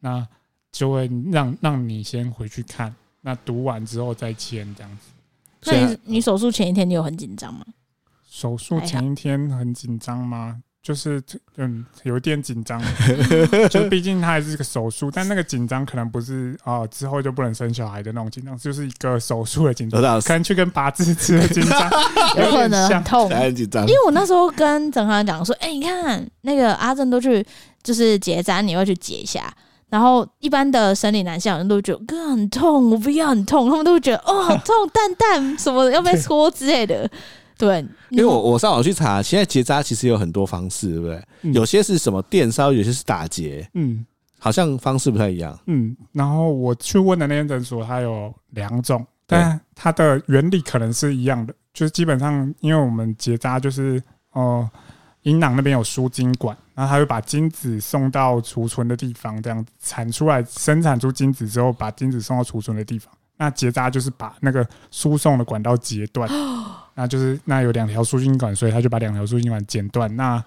Speaker 3: 那就会让让你先回去看，那读完之后再签这样子。
Speaker 2: 那
Speaker 1: 所以
Speaker 2: 你你手术前一天你有很紧张吗？
Speaker 3: 手术前一天很紧张吗？就是嗯，有一点紧张， 就毕竟它还是个手术，但那个紧张可能不是啊、之后就不能生小孩的那种紧张，就是一个手术的紧张
Speaker 1: 得，到
Speaker 3: 可能去跟拔智齿的紧张
Speaker 2: 哦 有
Speaker 3: 有
Speaker 2: 可
Speaker 3: 点
Speaker 2: 能很
Speaker 3: 像。
Speaker 2: 痛，
Speaker 1: 很紧张
Speaker 2: 因，为我那时候跟整行讲说，哎、你看那个阿正都去就是结扎，你要去结一下。然后一般的生理男性好像都觉得哥很痛，我不要很痛，他们都会觉得哦好痛，蛋蛋什么的要被戳之类的。对，
Speaker 1: 因为我我上网去查，现在结扎其实有很多方式，对不对？
Speaker 3: 嗯
Speaker 1: 有些是什么电烧，有些是打结，
Speaker 3: 嗯
Speaker 1: 好像方式不太一样。
Speaker 3: 嗯，然后我去问的那间诊所，它有两种，
Speaker 1: 对
Speaker 3: 但它的原理可能是一样的，就是基本上因为我们结扎就是哦，呃阴囊那边有输精管，然后它会把精子送到储存的地方，这样子产出来生产出精子之后，把精子送到储存的地方。那结扎就是把那个输送的管道截断，那就是那有两条输精管，所以他就把两条输精管剪断。那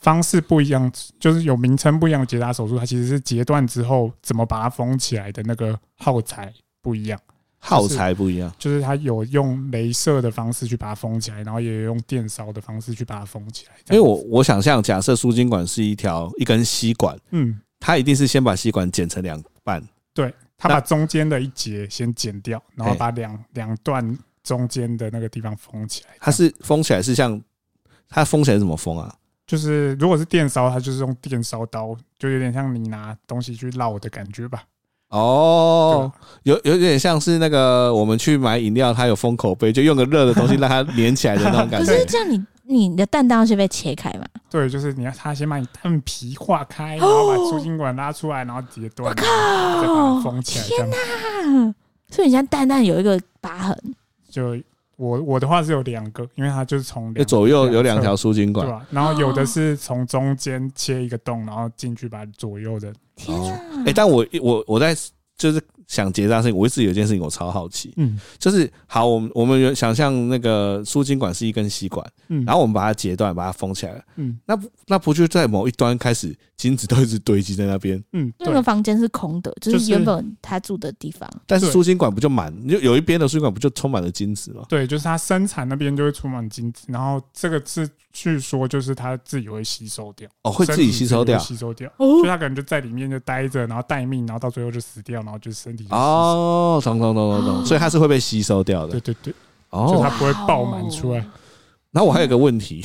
Speaker 3: 方式不一样，就是有名称不一样的结扎手术，它其实是截断之后怎么把它封起来的那个耗材不一样，
Speaker 1: 耗材不一样，
Speaker 3: 就是它有用镭射的方式去把它封起来，然后也有用电烧的方式去把它封起来。这
Speaker 1: 因
Speaker 3: 样
Speaker 1: 为我我想象，假设输精管是一条一根吸管，
Speaker 3: 嗯，
Speaker 1: 它一定是先把吸管剪成两半，
Speaker 3: 对，他
Speaker 1: 那
Speaker 3: 把中间的一节先剪掉，然后
Speaker 1: 嘿
Speaker 3: 把两两段中间的那个地方封起来。
Speaker 1: 它是封起来是像它封起来是怎么封啊？
Speaker 3: 就是如果是电烧，它就是用电烧刀，就有点像你拿东西去烙的感觉吧。
Speaker 1: 哦，有有点像是那个我们去买饮料，它有封口杯，就用个热的东西让它粘起来的那种感
Speaker 2: 可
Speaker 1: 觉
Speaker 2: 是。这样你你的蛋蛋是被切开嘛？
Speaker 3: 对，就是你要他先把你蛋皮化 开，然后把输精管拉出来，然后截断，
Speaker 2: 哦
Speaker 1: 哦
Speaker 3: 再把它封起来，这样
Speaker 2: 啊，所以你现在蛋蛋有一个疤痕，
Speaker 3: 就我我的话是有两个，因为它就是从
Speaker 1: 就
Speaker 3: 两
Speaker 1: 左右有两条啊
Speaker 3: 侧
Speaker 1: 输精
Speaker 3: 对
Speaker 1: 管，
Speaker 2: 啊
Speaker 3: 吧？然后有的是从中间切一个洞，然后进去把左右的
Speaker 2: 天
Speaker 1: 哦
Speaker 2: 啊！
Speaker 1: 哎、但我我我在就是想结扎的事情，我一直有一件事情我超好奇，
Speaker 3: 嗯
Speaker 1: 就是好，我们我们有想象那个输精管是一根吸管，
Speaker 3: 嗯，
Speaker 1: 然后我们把它截断，把它封起来了，
Speaker 3: 嗯
Speaker 1: 那不那不就在某一端开始精子都一直堆积在那边？
Speaker 3: 嗯
Speaker 2: 那个
Speaker 3: 对
Speaker 2: 房间是空的，就
Speaker 3: 就是是
Speaker 2: 原本他住的地方。
Speaker 1: 但是
Speaker 3: 对
Speaker 1: 输精管不就满？就有一边的输精管不就充满了精子吗？
Speaker 3: 对，就是它生产那边就会充满精子，然后这个是据说就是它自己会吸收掉，
Speaker 1: 哦，会自己吸收掉
Speaker 3: 身体自己会吸收掉。
Speaker 2: 哦
Speaker 3: 就他可能就在里面就待着，然后待命，然后到最后就死掉，然后就是身体就吸收。
Speaker 1: 哦，懂懂懂懂懂，所以它是会被吸收掉的
Speaker 3: 对对对，就
Speaker 1: 哦
Speaker 3: 它。不会爆满出来。
Speaker 1: 然后我还有一个问题，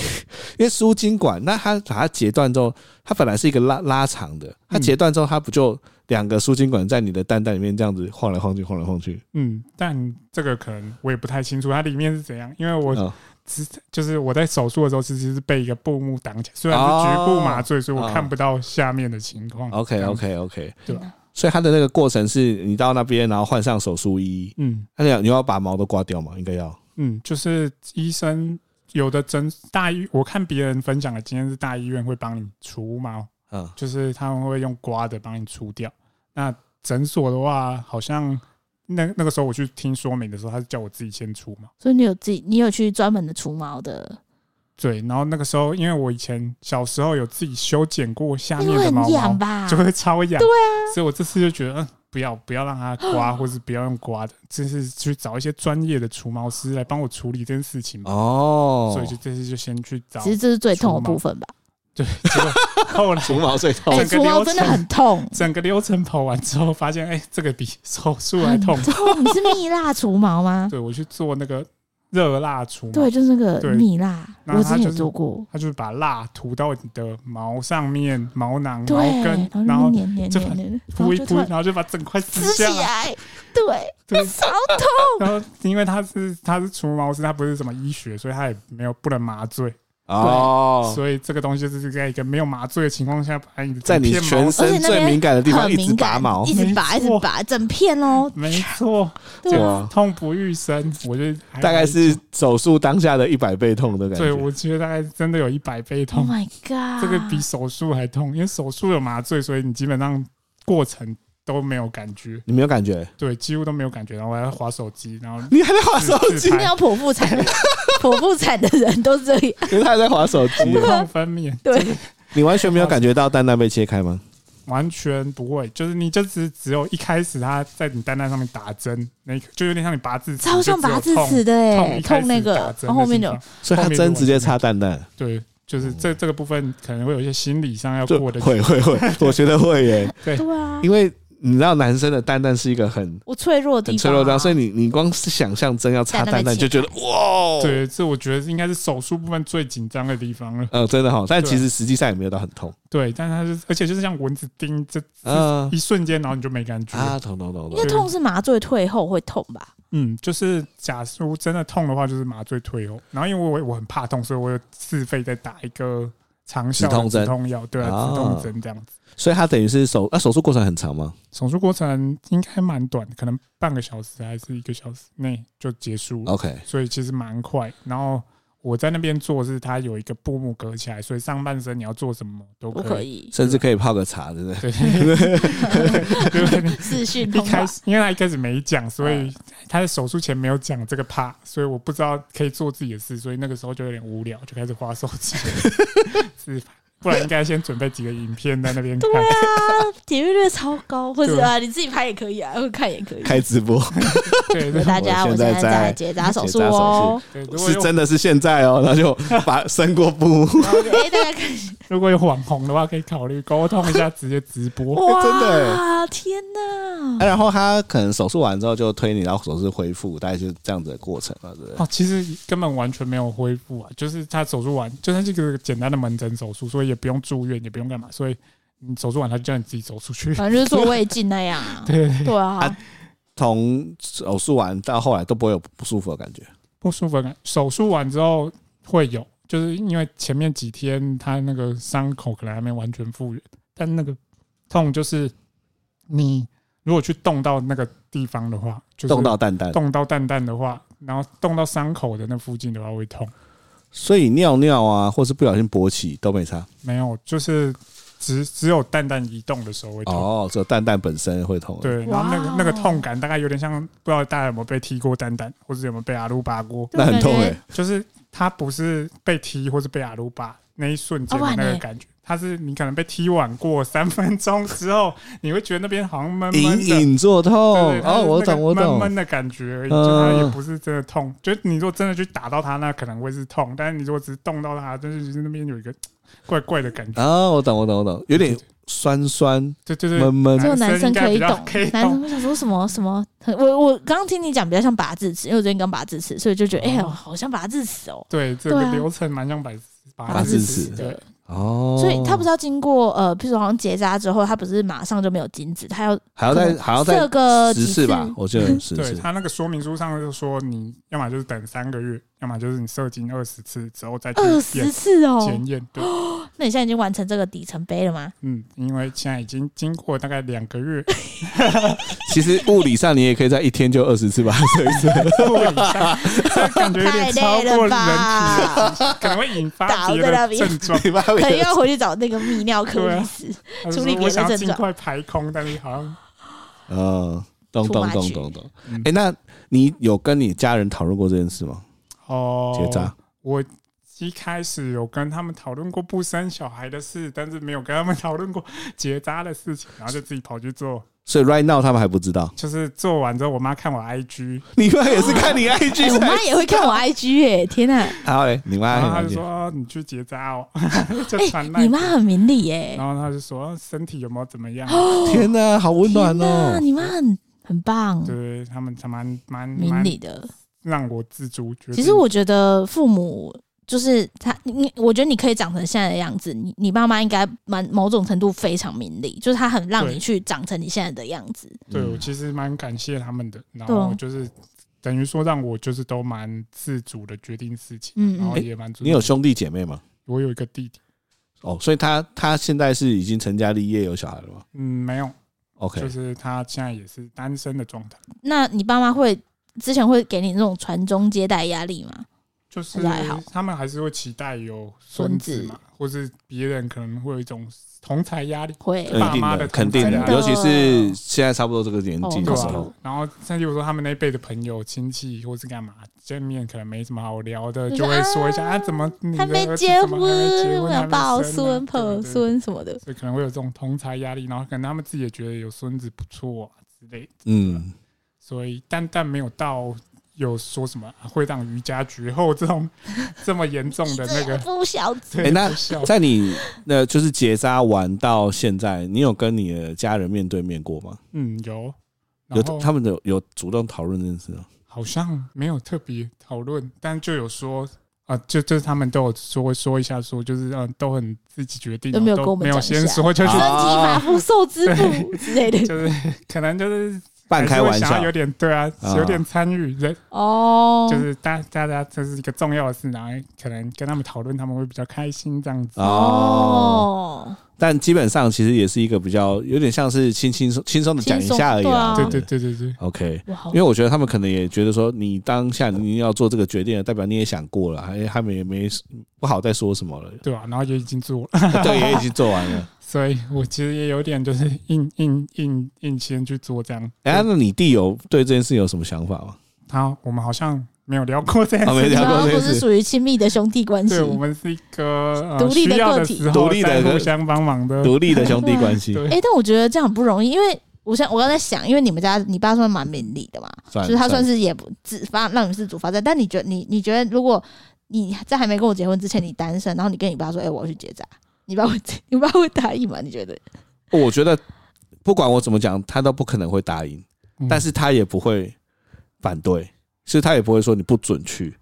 Speaker 1: 因为输精管，那它把它截断之后，它本来是一个拉拉长的，它
Speaker 3: 嗯
Speaker 1: 截断之后，它不就两个输精管在你的蛋蛋里面这样子晃来晃去，晃来晃去？
Speaker 3: 嗯，但这个可能我也不太清楚它里面是怎样，因为我
Speaker 1: 嗯
Speaker 3: 只就是我在手术的时候其实是被一个布幕挡起来，虽然是局部麻
Speaker 1: 哦
Speaker 3: 醉，所以我看不到下面的情况。
Speaker 1: OK OK OK，
Speaker 3: 对
Speaker 2: 天哪
Speaker 1: 所以它的那个过程是你到那边，然后换上手术衣，
Speaker 3: 嗯
Speaker 1: 那你要你要把毛都刮掉吗？应该要。
Speaker 3: 嗯，就是医生有的针大医，我看别人分享的经验是大医院会帮你除毛，
Speaker 1: 嗯，
Speaker 3: 就是他们会用刮的帮你除掉。那诊所的话，好像那那个时候我去听说明的时候，他是叫我自己先除毛。
Speaker 2: 所以你有自己，你有去专门的除毛的，
Speaker 3: 对，然后那个时候因为我以前小时候有自己修剪过下
Speaker 2: 那
Speaker 3: 面
Speaker 2: 会
Speaker 3: 的毛
Speaker 2: 很痒
Speaker 3: 毛，
Speaker 2: 吧？
Speaker 3: 就会超痒。
Speaker 2: 对
Speaker 3: 啊，所以我这次就觉得，嗯，不要不要让它刮，或是不要用刮的，就是去找一些专业的除毛师来帮我处理这件事情吧。
Speaker 1: 哦
Speaker 3: 所以就这次就先去找
Speaker 2: 其，实这是最痛的
Speaker 3: 除毛
Speaker 2: 部分吧。
Speaker 3: 对，结果后来
Speaker 1: 除毛最痛
Speaker 2: 哎，
Speaker 3: 整个
Speaker 2: 除毛
Speaker 3: 流
Speaker 2: 真的
Speaker 3: 程
Speaker 2: 很痛，
Speaker 3: 整个流程跑完之后，发现哎、这个比手术还痛
Speaker 2: 很。痛。你是蜜蜡除毛吗？
Speaker 3: 对我去做那个热蜡除毛，
Speaker 2: 对，就是那个
Speaker 3: 对
Speaker 2: 蜜蜡，
Speaker 3: 那
Speaker 2: 我
Speaker 3: 它
Speaker 2: 之前
Speaker 3: 就
Speaker 2: 也
Speaker 3: 是
Speaker 2: 做过。
Speaker 3: 它就是把蜡涂到你的毛上面、毛囊、
Speaker 2: 对
Speaker 3: 毛，根，然
Speaker 2: 然
Speaker 3: 后
Speaker 2: 后黏黏
Speaker 3: 就
Speaker 2: 黏黏，然
Speaker 3: 扑
Speaker 2: 后
Speaker 3: 一
Speaker 2: 就
Speaker 3: 扑，
Speaker 2: 突然
Speaker 3: 然后就把整块撕
Speaker 2: 撕起
Speaker 3: 下来。
Speaker 2: 来，对，
Speaker 3: 对，
Speaker 2: 超痛。
Speaker 3: 然后因为它是它是除毛师，它不是什么医学，所以它也没有不能麻醉，
Speaker 1: 哦。
Speaker 3: 所以这个东西就是在一个没有麻醉的情况下，把你的
Speaker 1: 在
Speaker 3: 整
Speaker 1: 你
Speaker 3: 片毛
Speaker 1: 全身最敏感的地方
Speaker 2: 很
Speaker 1: 一直
Speaker 2: 敏
Speaker 1: 拔
Speaker 2: 感，
Speaker 1: 毛
Speaker 2: 一，直拔，
Speaker 3: 没
Speaker 2: 一
Speaker 3: 错
Speaker 2: 直拔，整片哦。
Speaker 3: 没错，
Speaker 2: 对啊，
Speaker 1: 哇
Speaker 3: 痛不欲生。我就
Speaker 1: 大概是手术当下的一百倍痛的感
Speaker 3: 对，
Speaker 1: 觉。
Speaker 3: 我觉得大概真的有一百倍
Speaker 2: Oh
Speaker 3: 痛，
Speaker 2: my god！
Speaker 3: 这个比手术还痛，因为手术有麻醉，所以你基本上过程都没有感觉，
Speaker 1: 你没有感觉？
Speaker 3: 对，几乎都没有感觉。然后我还在划手机，然后
Speaker 1: 你还在划手
Speaker 3: 自
Speaker 1: 机
Speaker 3: 拍，
Speaker 2: 那要剖腹产的， 剖腹产的人都这样。
Speaker 1: 你还在划手 机，
Speaker 3: 无痛分娩，
Speaker 2: 对，
Speaker 1: 你完全没有感觉到蛋蛋被切开吗？
Speaker 3: 完全不会，就是你就只只有一开始他在你蛋蛋上面打针，那一刻就有点像你拔智齿，
Speaker 2: 超像拔智齿
Speaker 3: 就只有
Speaker 2: 的
Speaker 3: 痛，
Speaker 2: 哎，
Speaker 3: 痛
Speaker 2: 痛那个，然后后面
Speaker 3: 就
Speaker 2: 就
Speaker 1: 所以他针直接插蛋蛋，
Speaker 3: 对，就是这这个部分可能会有一些心理上要
Speaker 1: 就
Speaker 3: 过的，
Speaker 1: 哦会会会， 我觉得会耶，
Speaker 2: 对啊，
Speaker 1: 因为你知道男生的蛋蛋是一个很
Speaker 2: 我脆弱的
Speaker 1: 很
Speaker 2: 地方啊，
Speaker 1: 脆弱的地方，所以你你光是想象针要插蛋
Speaker 2: 蛋蛋
Speaker 1: 蛋
Speaker 2: 被
Speaker 1: 就
Speaker 2: 切
Speaker 1: 觉得哇，，哦
Speaker 3: 对，这我觉得应该是手术部分最紧张的地方了。
Speaker 1: 呃，真的哈，但
Speaker 3: 对
Speaker 1: 其实实际上也没有到很痛，
Speaker 3: 对，但它是，而且就是像蚊子叮，这
Speaker 1: 嗯
Speaker 3: 一瞬间，然后你就没感觉。
Speaker 1: 啊，懂懂懂
Speaker 2: 因
Speaker 1: 懂
Speaker 2: 为，痛是麻醉退后会痛吧？
Speaker 3: 嗯，就是假如真的痛的话，就是麻醉退后。然后因为我我很怕痛，所以我有自费再打一个长效
Speaker 1: 止痛
Speaker 3: 的
Speaker 1: 针
Speaker 3: 止痛药，对啊，
Speaker 1: 啊
Speaker 3: 止痛针这样子。
Speaker 1: 所以他等于是手，那呃手术过程很长吗？
Speaker 3: 手术过程应该蛮短，可能半个小时还是一个小时内就结束了，
Speaker 1: OK，
Speaker 3: 所以其实蛮快。然后我在那边做是它有一个布幕隔起来，所以上半身你要做什么都
Speaker 2: 不
Speaker 3: 可以。
Speaker 2: 可以，
Speaker 1: 甚至可以泡个茶，真的。
Speaker 3: 对，就是你
Speaker 2: 视讯
Speaker 3: 一
Speaker 2: 通
Speaker 3: 开
Speaker 2: 话。
Speaker 3: 始，因为他一开始没讲，所以他在手术前没有讲这个怕，所以我不知道可以做自己的事，所以那个时候就有点无聊，就开始划手机自拍。不然应该先准备几个影片在那边看。
Speaker 2: 对啊，点阅率超高，或者
Speaker 3: 对
Speaker 2: 啊你自己拍也可以啊，或者看也可以。
Speaker 1: 开直播
Speaker 3: 对
Speaker 2: 给
Speaker 3: 对
Speaker 2: 大家，
Speaker 1: 我
Speaker 2: 我
Speaker 1: 现在
Speaker 2: 现在
Speaker 1: 在
Speaker 2: 在结扎手
Speaker 1: 结
Speaker 2: 术
Speaker 1: 扎手
Speaker 2: 哦。
Speaker 3: 对，如果
Speaker 1: 是
Speaker 3: 有
Speaker 1: 真的是现在哦， 那 就把伸过 布，
Speaker 2: 哎，大家看一下，
Speaker 3: 如果有网红的话，可以考虑沟通一下，直接直播。
Speaker 2: 哇，
Speaker 1: 真的
Speaker 2: 天
Speaker 1: 啊
Speaker 2: 哪！
Speaker 1: 然后他可能手术完之后就推你到手术恢复，大概就是这样子的过程嘛，对不对？
Speaker 3: 哦，其实根本完全没有恢复啊，就是他手术完，就算是个简单的门诊手术，所以也不用住院，也不用干嘛，所以你手术完他就叫你自己走出去。
Speaker 2: 反正就是做胃镜那样啊。
Speaker 3: 对对
Speaker 2: 对啊
Speaker 1: 啊，从手术完到后来都不会有不舒服的感觉。
Speaker 3: 不舒服的感。手术完之后会有，就是因为前面几天他那个伤口可能还没完全复原，但那个痛就是你如果去动到那个地方的话，就是
Speaker 1: 动到蛋蛋，
Speaker 3: 动到蛋蛋的话，然后动到伤口的那附近的话会痛。
Speaker 1: 所以尿尿啊，或是不小心勃起都没差。
Speaker 3: 没有，就是只只有蛋蛋移动的时候会痛。
Speaker 1: 哦，只有蛋蛋本身会痛。，
Speaker 3: 对，然后那
Speaker 2: 哇
Speaker 3: 个
Speaker 2: 哦
Speaker 3: 那个痛感大概有点像，不知道大家有没有被踢过蛋蛋，或者有没有被阿鲁巴过，
Speaker 1: 那很痛哎、
Speaker 2: 对
Speaker 3: 就是他不是被踢或是被阿鲁巴那一瞬间的那个感觉，他是你可能被踢晚过三分钟之后，你会觉得那边好像闷闷
Speaker 1: 隐
Speaker 3: 的。
Speaker 1: 隐作痛。
Speaker 3: 对对它
Speaker 1: 哦，
Speaker 3: 是
Speaker 1: 我
Speaker 3: 那个
Speaker 1: 懂，我懂。
Speaker 3: 闷闷的感觉而已，
Speaker 1: 嗯
Speaker 3: 就它也不是真的痛。就你如果真的去打到它，那可能会是痛；但是你如果只是动到它，就是就是那边有一个嘖怪怪的感觉。
Speaker 1: 啊，我懂，我懂，我懂，有点酸酸
Speaker 3: 对对对
Speaker 1: 闷，闷
Speaker 2: 只。有男生可以
Speaker 3: 男生应该比较
Speaker 2: 懂
Speaker 3: 可以，懂
Speaker 2: 男生会想说什么什么？很我我刚刚听你讲比较像拔智齿，因为我最近刚拔智齿，所以就觉得哎呦，好像拔智齿哦。
Speaker 3: 对这
Speaker 2: 对
Speaker 3: 个
Speaker 2: 啊
Speaker 3: 流程蛮像百
Speaker 1: 拔
Speaker 3: 拔
Speaker 1: 智
Speaker 3: 齿
Speaker 1: 齿
Speaker 3: 对，
Speaker 1: 哦，
Speaker 2: 所以他不是要经过呃，譬如说好像结扎之后，他不是马上就没有精子，他要
Speaker 1: 还要再还要再
Speaker 2: 这个
Speaker 1: 十
Speaker 2: 几
Speaker 1: 次
Speaker 2: 次
Speaker 1: 吧？我记得十
Speaker 3: 对
Speaker 1: 次。
Speaker 3: 他那个说明书上就说，你要么就是等三个月，要么就是你射精二十次之后再去
Speaker 2: 二
Speaker 3: 验
Speaker 2: 十次哦。
Speaker 3: 检验。对，
Speaker 2: 那你现在已经完成这个里程碑了吗？
Speaker 3: 嗯，因为现在已经经过大概两个月
Speaker 1: 其实物理上你也可以在一天就二十 次吧，所以说
Speaker 3: 物理上，这感觉有点超过人体，
Speaker 2: 吧？
Speaker 3: 可能会引
Speaker 2: 倒
Speaker 3: 发
Speaker 2: 在
Speaker 3: 别的
Speaker 2: 那边
Speaker 3: 症状。
Speaker 1: 你把
Speaker 2: 可能要回去找那个泌尿科医师。
Speaker 3: 他就
Speaker 2: 处理
Speaker 3: 说
Speaker 2: 别的
Speaker 3: 我想要
Speaker 2: 症
Speaker 3: 尽
Speaker 2: 状
Speaker 3: 快排空，但是好像
Speaker 1: 嗯，懂
Speaker 2: 出
Speaker 1: 懂
Speaker 2: 马
Speaker 1: 懂
Speaker 2: 去
Speaker 1: 懂懂。哎、
Speaker 3: 嗯
Speaker 1: 那你有跟你家人讨论过这件事吗？
Speaker 3: 哦，
Speaker 1: 结扎。
Speaker 3: 我一开始有跟他们讨论过不生小孩的事，但是没有跟他们讨论过结扎的事情，然后就自己跑去做
Speaker 1: 所以 right now 他们还不知道。
Speaker 3: 就是做完之后，我妈看我 IG，
Speaker 1: 你妈也是看你
Speaker 2: 哎、
Speaker 1: IG
Speaker 2: 我
Speaker 1: 才
Speaker 2: 妈也会看我 IG 哎、天哪、
Speaker 1: 好嘞，你妈很
Speaker 3: 然后她
Speaker 1: 哎了
Speaker 3: 就
Speaker 1: 解
Speaker 3: 说：“哦你去结扎哦。” 就
Speaker 2: 哎、
Speaker 3: 传来
Speaker 2: 你。妈很明理耶、
Speaker 3: 然后她就说哦：“身体有没有怎么样
Speaker 2: 哦
Speaker 1: 哦天哪，好温暖
Speaker 2: 天哪
Speaker 1: 哦！
Speaker 2: 你妈很很？”棒，
Speaker 3: 对，他们他蛮蛮
Speaker 2: 明
Speaker 3: 蛮
Speaker 2: 理的。
Speaker 3: 让我自主。决定
Speaker 2: 其实我觉得父母就是他，你我觉得你可以长成现在的样子，你你爸妈应该蛮某种程度非常明理，就是他很让
Speaker 3: 对
Speaker 2: 你去长成你现在的样子。
Speaker 3: 对我
Speaker 1: 嗯
Speaker 3: 其实蛮感谢他们的，然
Speaker 2: 对啊
Speaker 3: 后就是等于说让我就是都蛮自主的决定事情，
Speaker 2: 嗯
Speaker 3: 然后
Speaker 2: 嗯，
Speaker 3: 也蛮主
Speaker 1: 你有兄弟姐妹吗？
Speaker 3: 我有一个弟弟，
Speaker 1: 哦，所以他他现在是已经成家立业有小孩了吗
Speaker 3: 嗯，没有，就
Speaker 1: ？OK，
Speaker 3: 是他现在也是单身的状态，
Speaker 2: 那你爸妈会之前会给你那种传宗接代压力吗？
Speaker 3: 就是
Speaker 2: 那还好
Speaker 3: 他们还是会期待有
Speaker 2: 孙
Speaker 3: 孙
Speaker 2: 子
Speaker 3: 子嘛，或是别人可能会有一种同才压力，
Speaker 2: 会
Speaker 1: 呃
Speaker 3: 爸
Speaker 1: 一定
Speaker 3: 妈
Speaker 1: 的，
Speaker 3: 的
Speaker 1: 肯定
Speaker 3: 同
Speaker 1: 的，
Speaker 3: 在
Speaker 1: 尤其是现在差不多这个年纪
Speaker 2: 哦
Speaker 1: 的
Speaker 3: 对啊
Speaker 1: 时
Speaker 3: 吧、
Speaker 1: 候，
Speaker 3: 然后甚至我说他们那辈的朋友、亲戚或是干嘛见面，可能没什么好聊的，
Speaker 2: 就
Speaker 3: 就会
Speaker 2: 说
Speaker 3: 说一下
Speaker 2: 啊
Speaker 3: 啊，怎么你
Speaker 2: 还
Speaker 3: 的
Speaker 2: 没
Speaker 3: 儿子
Speaker 2: 结
Speaker 3: 怎
Speaker 2: 婚，
Speaker 3: 么还没结
Speaker 2: 我
Speaker 3: 婚，
Speaker 2: 要
Speaker 3: 还没
Speaker 2: 抱
Speaker 3: 生啊
Speaker 2: 孙、抱
Speaker 3: 对对对
Speaker 2: 孙什么的。
Speaker 3: 所以可能会有这种同才压力，然后可能他们自己也觉得有孙子不错啊之类的，
Speaker 1: 嗯，
Speaker 3: 所以但但没有到有说什么会让瑜伽绝后这 种这么严重的那
Speaker 2: 这样
Speaker 3: 个。
Speaker 2: 不孝子，
Speaker 3: 对
Speaker 1: 哎那
Speaker 3: 不孝
Speaker 1: 在你那就是结扎完到现在，你有跟你的家人面对面过吗？
Speaker 3: 嗯有，
Speaker 1: 有
Speaker 3: 然后
Speaker 1: 他们有有主动讨论这件事吗？
Speaker 3: 好像没有特别讨论，但就有说啊、就就是他们都有说说一下说，就是嗯、呃都很自己决定哦，
Speaker 2: 都
Speaker 3: 都
Speaker 2: 没有跟我们
Speaker 3: 没有
Speaker 2: 讲一
Speaker 3: 先
Speaker 2: 下
Speaker 3: 说，就
Speaker 2: 身
Speaker 3: 是
Speaker 2: 体
Speaker 1: 啊
Speaker 2: 发肤受之父之类的。
Speaker 3: 就是 可能就是
Speaker 1: 半开
Speaker 3: 还
Speaker 1: 玩
Speaker 3: 是会想要
Speaker 1: 笑
Speaker 3: 有，点对啊，
Speaker 1: 啊
Speaker 3: 有点参与人
Speaker 2: 哦，
Speaker 3: 就是大大家这是一个重要的事，然后可能跟他们讨论，他们会比较开心这样子。
Speaker 1: 哦，
Speaker 2: 哦，
Speaker 1: 但基本上其实也是一个比较有点像是轻轻松轻松的讲一下而已啦。
Speaker 2: 轻松啊
Speaker 3: 对对对对对，，
Speaker 1: ，OK。
Speaker 2: 哇，好
Speaker 1: 因为我觉得他们可能也觉得说，你当下你要做这个决定了，代表你也想过了，还他们也没不好再说什么 了
Speaker 3: 对吧、啊然后也已经做了，
Speaker 1: 对，也已经做完了。
Speaker 3: 所以我其实也有点就是硬硬硬硬先去做这样。
Speaker 1: 哎，那你弟有对这件事有什么想法 吗？
Speaker 3: 好，我们好像没有聊过这样
Speaker 1: 啊，没
Speaker 2: 你
Speaker 1: 聊
Speaker 2: 们好
Speaker 1: 过
Speaker 2: 像
Speaker 1: 这
Speaker 2: 不
Speaker 1: 件
Speaker 2: 是
Speaker 1: 事，
Speaker 2: 属于亲密的兄弟关系
Speaker 3: 对，我们是一个
Speaker 2: 独立的
Speaker 3: 的
Speaker 2: 个
Speaker 3: 的
Speaker 2: 体
Speaker 3: 时候
Speaker 1: 独立的
Speaker 3: 在
Speaker 1: 个
Speaker 3: 互相帮忙的。
Speaker 1: 独立的兄弟关系，
Speaker 3: 对
Speaker 2: 哎、但我觉得这样很不容易，因为我现在我刚才想，因为你们家你爸算蛮明理的嘛，
Speaker 1: 算
Speaker 2: 就是他算是也不自发让你们自主发展。但你觉得你你觉得如果你在还没跟我结婚之前你单身，然后你跟你爸说，哎、我要去结扎，你爸会 你爸会答应吗？你觉得？
Speaker 1: 哦我觉得不管我怎么讲，他都不可能会答应，
Speaker 3: 嗯
Speaker 1: 但是他也不会反对，所以他也不会说你不准去。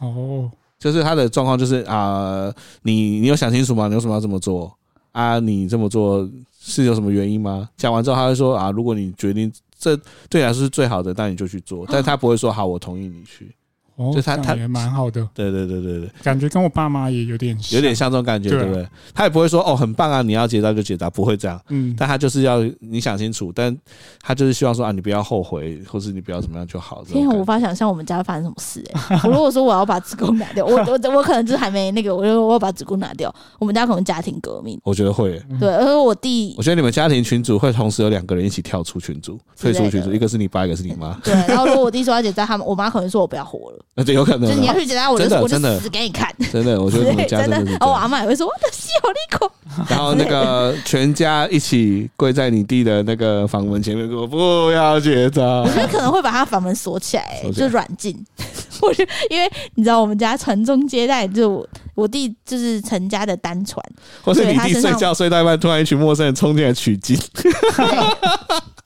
Speaker 3: 哦，
Speaker 1: 就是他的状况就是啊、你你有想清楚吗？你为什么要这么做啊？你这么做是有什么原因吗？讲完之后，他会说啊，如果你决定这对你来说是最好的，那你就去做，但他不会说好，我同意你去。
Speaker 3: 哦，
Speaker 1: 就他
Speaker 3: 这样
Speaker 1: 他
Speaker 3: 也蛮好的，
Speaker 1: 对对对对对，
Speaker 3: 感觉跟我爸妈也有点像
Speaker 1: 有点像这种感觉，
Speaker 3: 对啊
Speaker 1: 对不对？他也不会说哦，很棒啊，你要结扎就结扎，不会这样。
Speaker 3: 嗯，
Speaker 1: 但他就是要你想清楚，但他就是希望说啊，你不要后悔，或是你不要怎么样就好。这种
Speaker 2: 天啊，
Speaker 1: 感
Speaker 2: 我
Speaker 1: 觉
Speaker 2: 无法想象我们家会发生什么事、 欸。我如果说我要把子宫拿掉，我我我可能就是还没那个，我就我要把子宫拿掉，我们家可能家庭革命。
Speaker 1: 我觉得会耶，
Speaker 2: 对，而且我弟
Speaker 1: 嗯我觉得你们家庭群组会同时有两个人一起跳出群组，
Speaker 2: 之
Speaker 1: 退
Speaker 2: 类的
Speaker 1: 出群组，一个是你爸，一个是你妈，
Speaker 2: 对，然后如果我弟说要结扎，他们我妈可能说我不要活了，
Speaker 1: 那就有可能
Speaker 2: 就
Speaker 1: 啊。
Speaker 2: 是你要去结扎，我就
Speaker 1: 真的
Speaker 2: 我就
Speaker 1: 真的
Speaker 2: 死给你看。
Speaker 1: 真的，我觉得你们
Speaker 2: 对，
Speaker 1: 家真
Speaker 2: 真哦
Speaker 1: 的
Speaker 2: 啊
Speaker 1: 是这
Speaker 2: 然后我
Speaker 1: 样。
Speaker 2: 阿妈也会说：“我的西有利 口。
Speaker 1: 然后那 个全家一起跪在你弟的那个房门前面，跟我不要结”扎
Speaker 2: 我。觉得可能会把他房门锁起来、
Speaker 1: 锁起
Speaker 2: 就
Speaker 1: 来
Speaker 2: 软禁。 我觉得，因为你知道，我们家传宗接代，就我我弟就是陈家的单传，
Speaker 1: 或是你
Speaker 2: 对他
Speaker 1: 弟
Speaker 2: 身上
Speaker 1: 睡觉睡到一半，突然一群陌生人冲进来取经，
Speaker 2: 对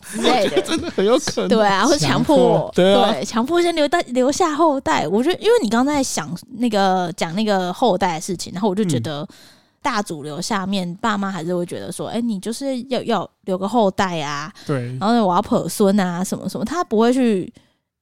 Speaker 2: 之类的。
Speaker 1: 真的很有可能。
Speaker 2: 对啊，会强迫我，
Speaker 1: 对啊
Speaker 2: 对，强迫先留代留下后代。我觉得，因为你刚才想那个讲那个后代的事情，然后我就觉得
Speaker 1: 嗯
Speaker 2: 大主流下面爸妈还是会觉得说，哎、你就是要要留个后代啊，
Speaker 3: 对
Speaker 2: 然后我要婆孙啊，什么什么，他不会去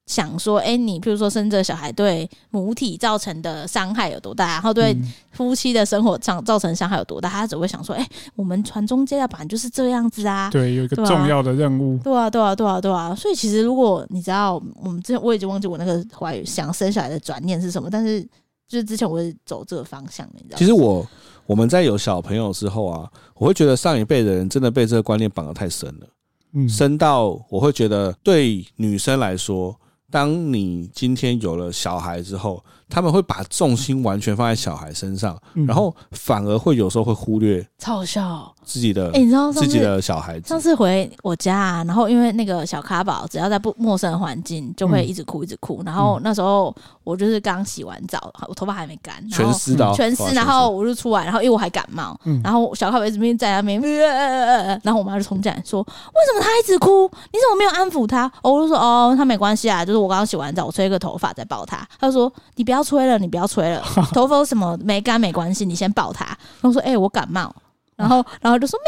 Speaker 2: 想说，哎、你譬如说生这个小孩对母体造成的伤害有多大，然后对
Speaker 3: 嗯
Speaker 2: 夫妻的生活上造成伤害有多大，他只会想说，哎、我们传宗接代本来就是这样子啊，
Speaker 3: 对有一个
Speaker 2: 对啊
Speaker 3: 重要的任务，
Speaker 2: 对啊，对啊，对啊，对啊。所以其实如果你知道，我们之前我已经忘记我那个怀孕想生小孩的转念是什么，但是就是之前我是走这个方向的，你知道吗？
Speaker 1: 其实我我们在有小朋友之后啊，我会觉得上一辈的人真的被这个观念绑得太深了，
Speaker 3: 嗯，
Speaker 1: 深到我会觉得对女生来说，当你今天有了小孩之后，他们会把重心完全放在小孩身上，
Speaker 3: 嗯
Speaker 1: 然后反而会有时候会忽略
Speaker 2: 超好笑哦。
Speaker 1: 自己的
Speaker 2: 哎、、你知道上
Speaker 1: 自己
Speaker 2: 次
Speaker 1: 的小孩子
Speaker 2: 上。次回我家、啊，然后因为那个小咖宝只要在不陌生的环境就会
Speaker 3: 嗯
Speaker 2: 一直哭一直哭，然后那时候我就是刚洗完澡，我头发还没干，然
Speaker 1: 全
Speaker 2: 后
Speaker 1: 湿的哦、
Speaker 2: 嗯全
Speaker 1: 哇
Speaker 2: 湿，然后我就出来，然后因为我还感冒，
Speaker 3: 啊嗯
Speaker 2: 然后小咖宝一直边在那边，呃然后我妈就冲进来说：“为什么他一直哭？你怎么没有安抚他？”哦我就说：“哦，他没关系啊，就是我刚刚洗完澡，我吹个头发再抱他。”他就说：“你不要吹了，你不要吹 了，头发有什么没干没关系，你先抱他。”然后说：“哎、我感冒。”然 后，然后就说没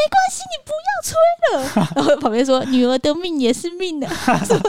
Speaker 2: 关系，你不要吹了。然后旁边说女儿的命也是命的，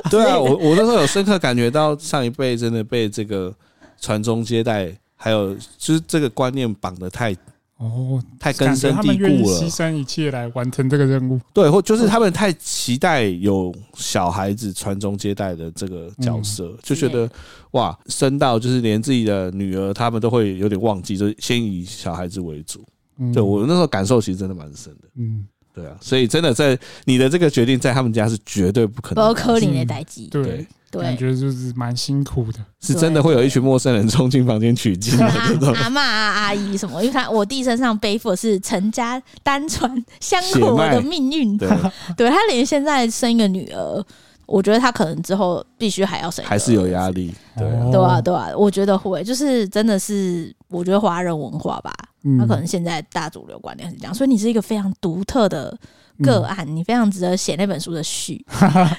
Speaker 1: 对啊，我我那时候有深刻感觉到上一辈真的被这个传宗接代，还有就是这个观念绑得太
Speaker 3: 哦，
Speaker 1: 太根深
Speaker 3: 感觉他
Speaker 1: 蒂
Speaker 3: 们愿意
Speaker 1: 固了
Speaker 3: 牺。牲一切来完成这个任务。
Speaker 1: 对，或就是他们太期待有小孩子传宗接代的这个角色，就觉得哇，生到就是连自己的女儿，他们都会有点忘记，就是先以小孩子为主。
Speaker 3: 嗯
Speaker 1: 对我那时候感受其实真的蛮深的。
Speaker 3: 嗯，
Speaker 1: 对啊，所以真的在你的这个决定，在他们家是绝对不可能
Speaker 2: 包
Speaker 1: 的，
Speaker 2: 科林的代际，
Speaker 3: 对，感
Speaker 2: 对，
Speaker 3: 觉就是蛮辛苦的。
Speaker 1: 是真的会有一群陌生人冲进房间取 经 的
Speaker 2: 阿
Speaker 1: 这种。
Speaker 2: 阿妈、啊、阿姨什么，因为他我弟身上背负的是陈家单传香
Speaker 1: 血
Speaker 2: 火
Speaker 1: 脉
Speaker 2: 的命运，
Speaker 1: 对，
Speaker 2: 对他连现在生一个女儿，我觉得他可能之后必须还要生一个，
Speaker 1: 还是有压。力。对啊、
Speaker 2: 对啊，
Speaker 3: 哦，
Speaker 2: 对啊，我觉得会，就是真的是，我觉得华人文化吧，
Speaker 3: 嗯
Speaker 2: 他可能现在大主流观念是这样，所以你是一个非常独特的个
Speaker 3: 嗯
Speaker 2: 案，你非常值得写那本书 的序，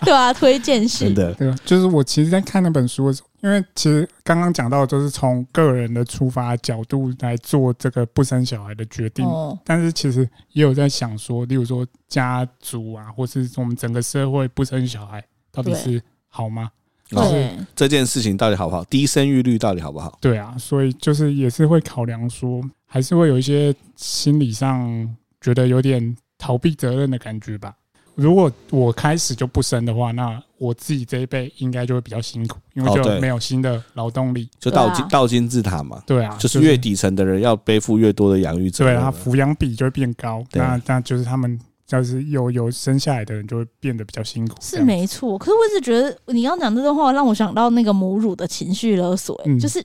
Speaker 2: 对啊，推荐序
Speaker 1: 真，的，
Speaker 3: 对吧？就是我其实，在看那本书的时候，因为其实刚刚讲到，就是从个人的出发角度来做这个不生小孩的决定。
Speaker 2: 哦，
Speaker 3: 但是其实也有在想说，例如说家族啊，或是我们整个社会不生小孩到底
Speaker 2: 对
Speaker 3: 是好吗？
Speaker 1: 哦
Speaker 2: 对，
Speaker 1: 这件事情到底好不好？低生育率到底好不好？
Speaker 3: 对啊，所以就是也是会考量说，还是会有一些心理上觉得有点逃避责任的感觉吧。如果我开始就不生的话，那我自己这一辈应该就会比较辛苦，因为
Speaker 1: 哦
Speaker 3: 就
Speaker 1: 对
Speaker 3: 没有新的劳动力。
Speaker 1: 就倒
Speaker 2: 对啊
Speaker 1: 金倒金字塔嘛，
Speaker 3: 对啊，
Speaker 1: 就是越底层的人要背负越多的养育责
Speaker 3: 对
Speaker 1: 任
Speaker 3: 啊，
Speaker 1: 嘛。
Speaker 3: 抚养比就会变高，
Speaker 1: 对
Speaker 3: 那那就是他们就是有有生下来的人就会变得比较辛苦。
Speaker 2: 是
Speaker 3: 这样
Speaker 2: 没错，可是我一直觉得你刚刚讲这段话，让我想到那个母乳的情绪勒索、欸
Speaker 3: 嗯
Speaker 2: 就是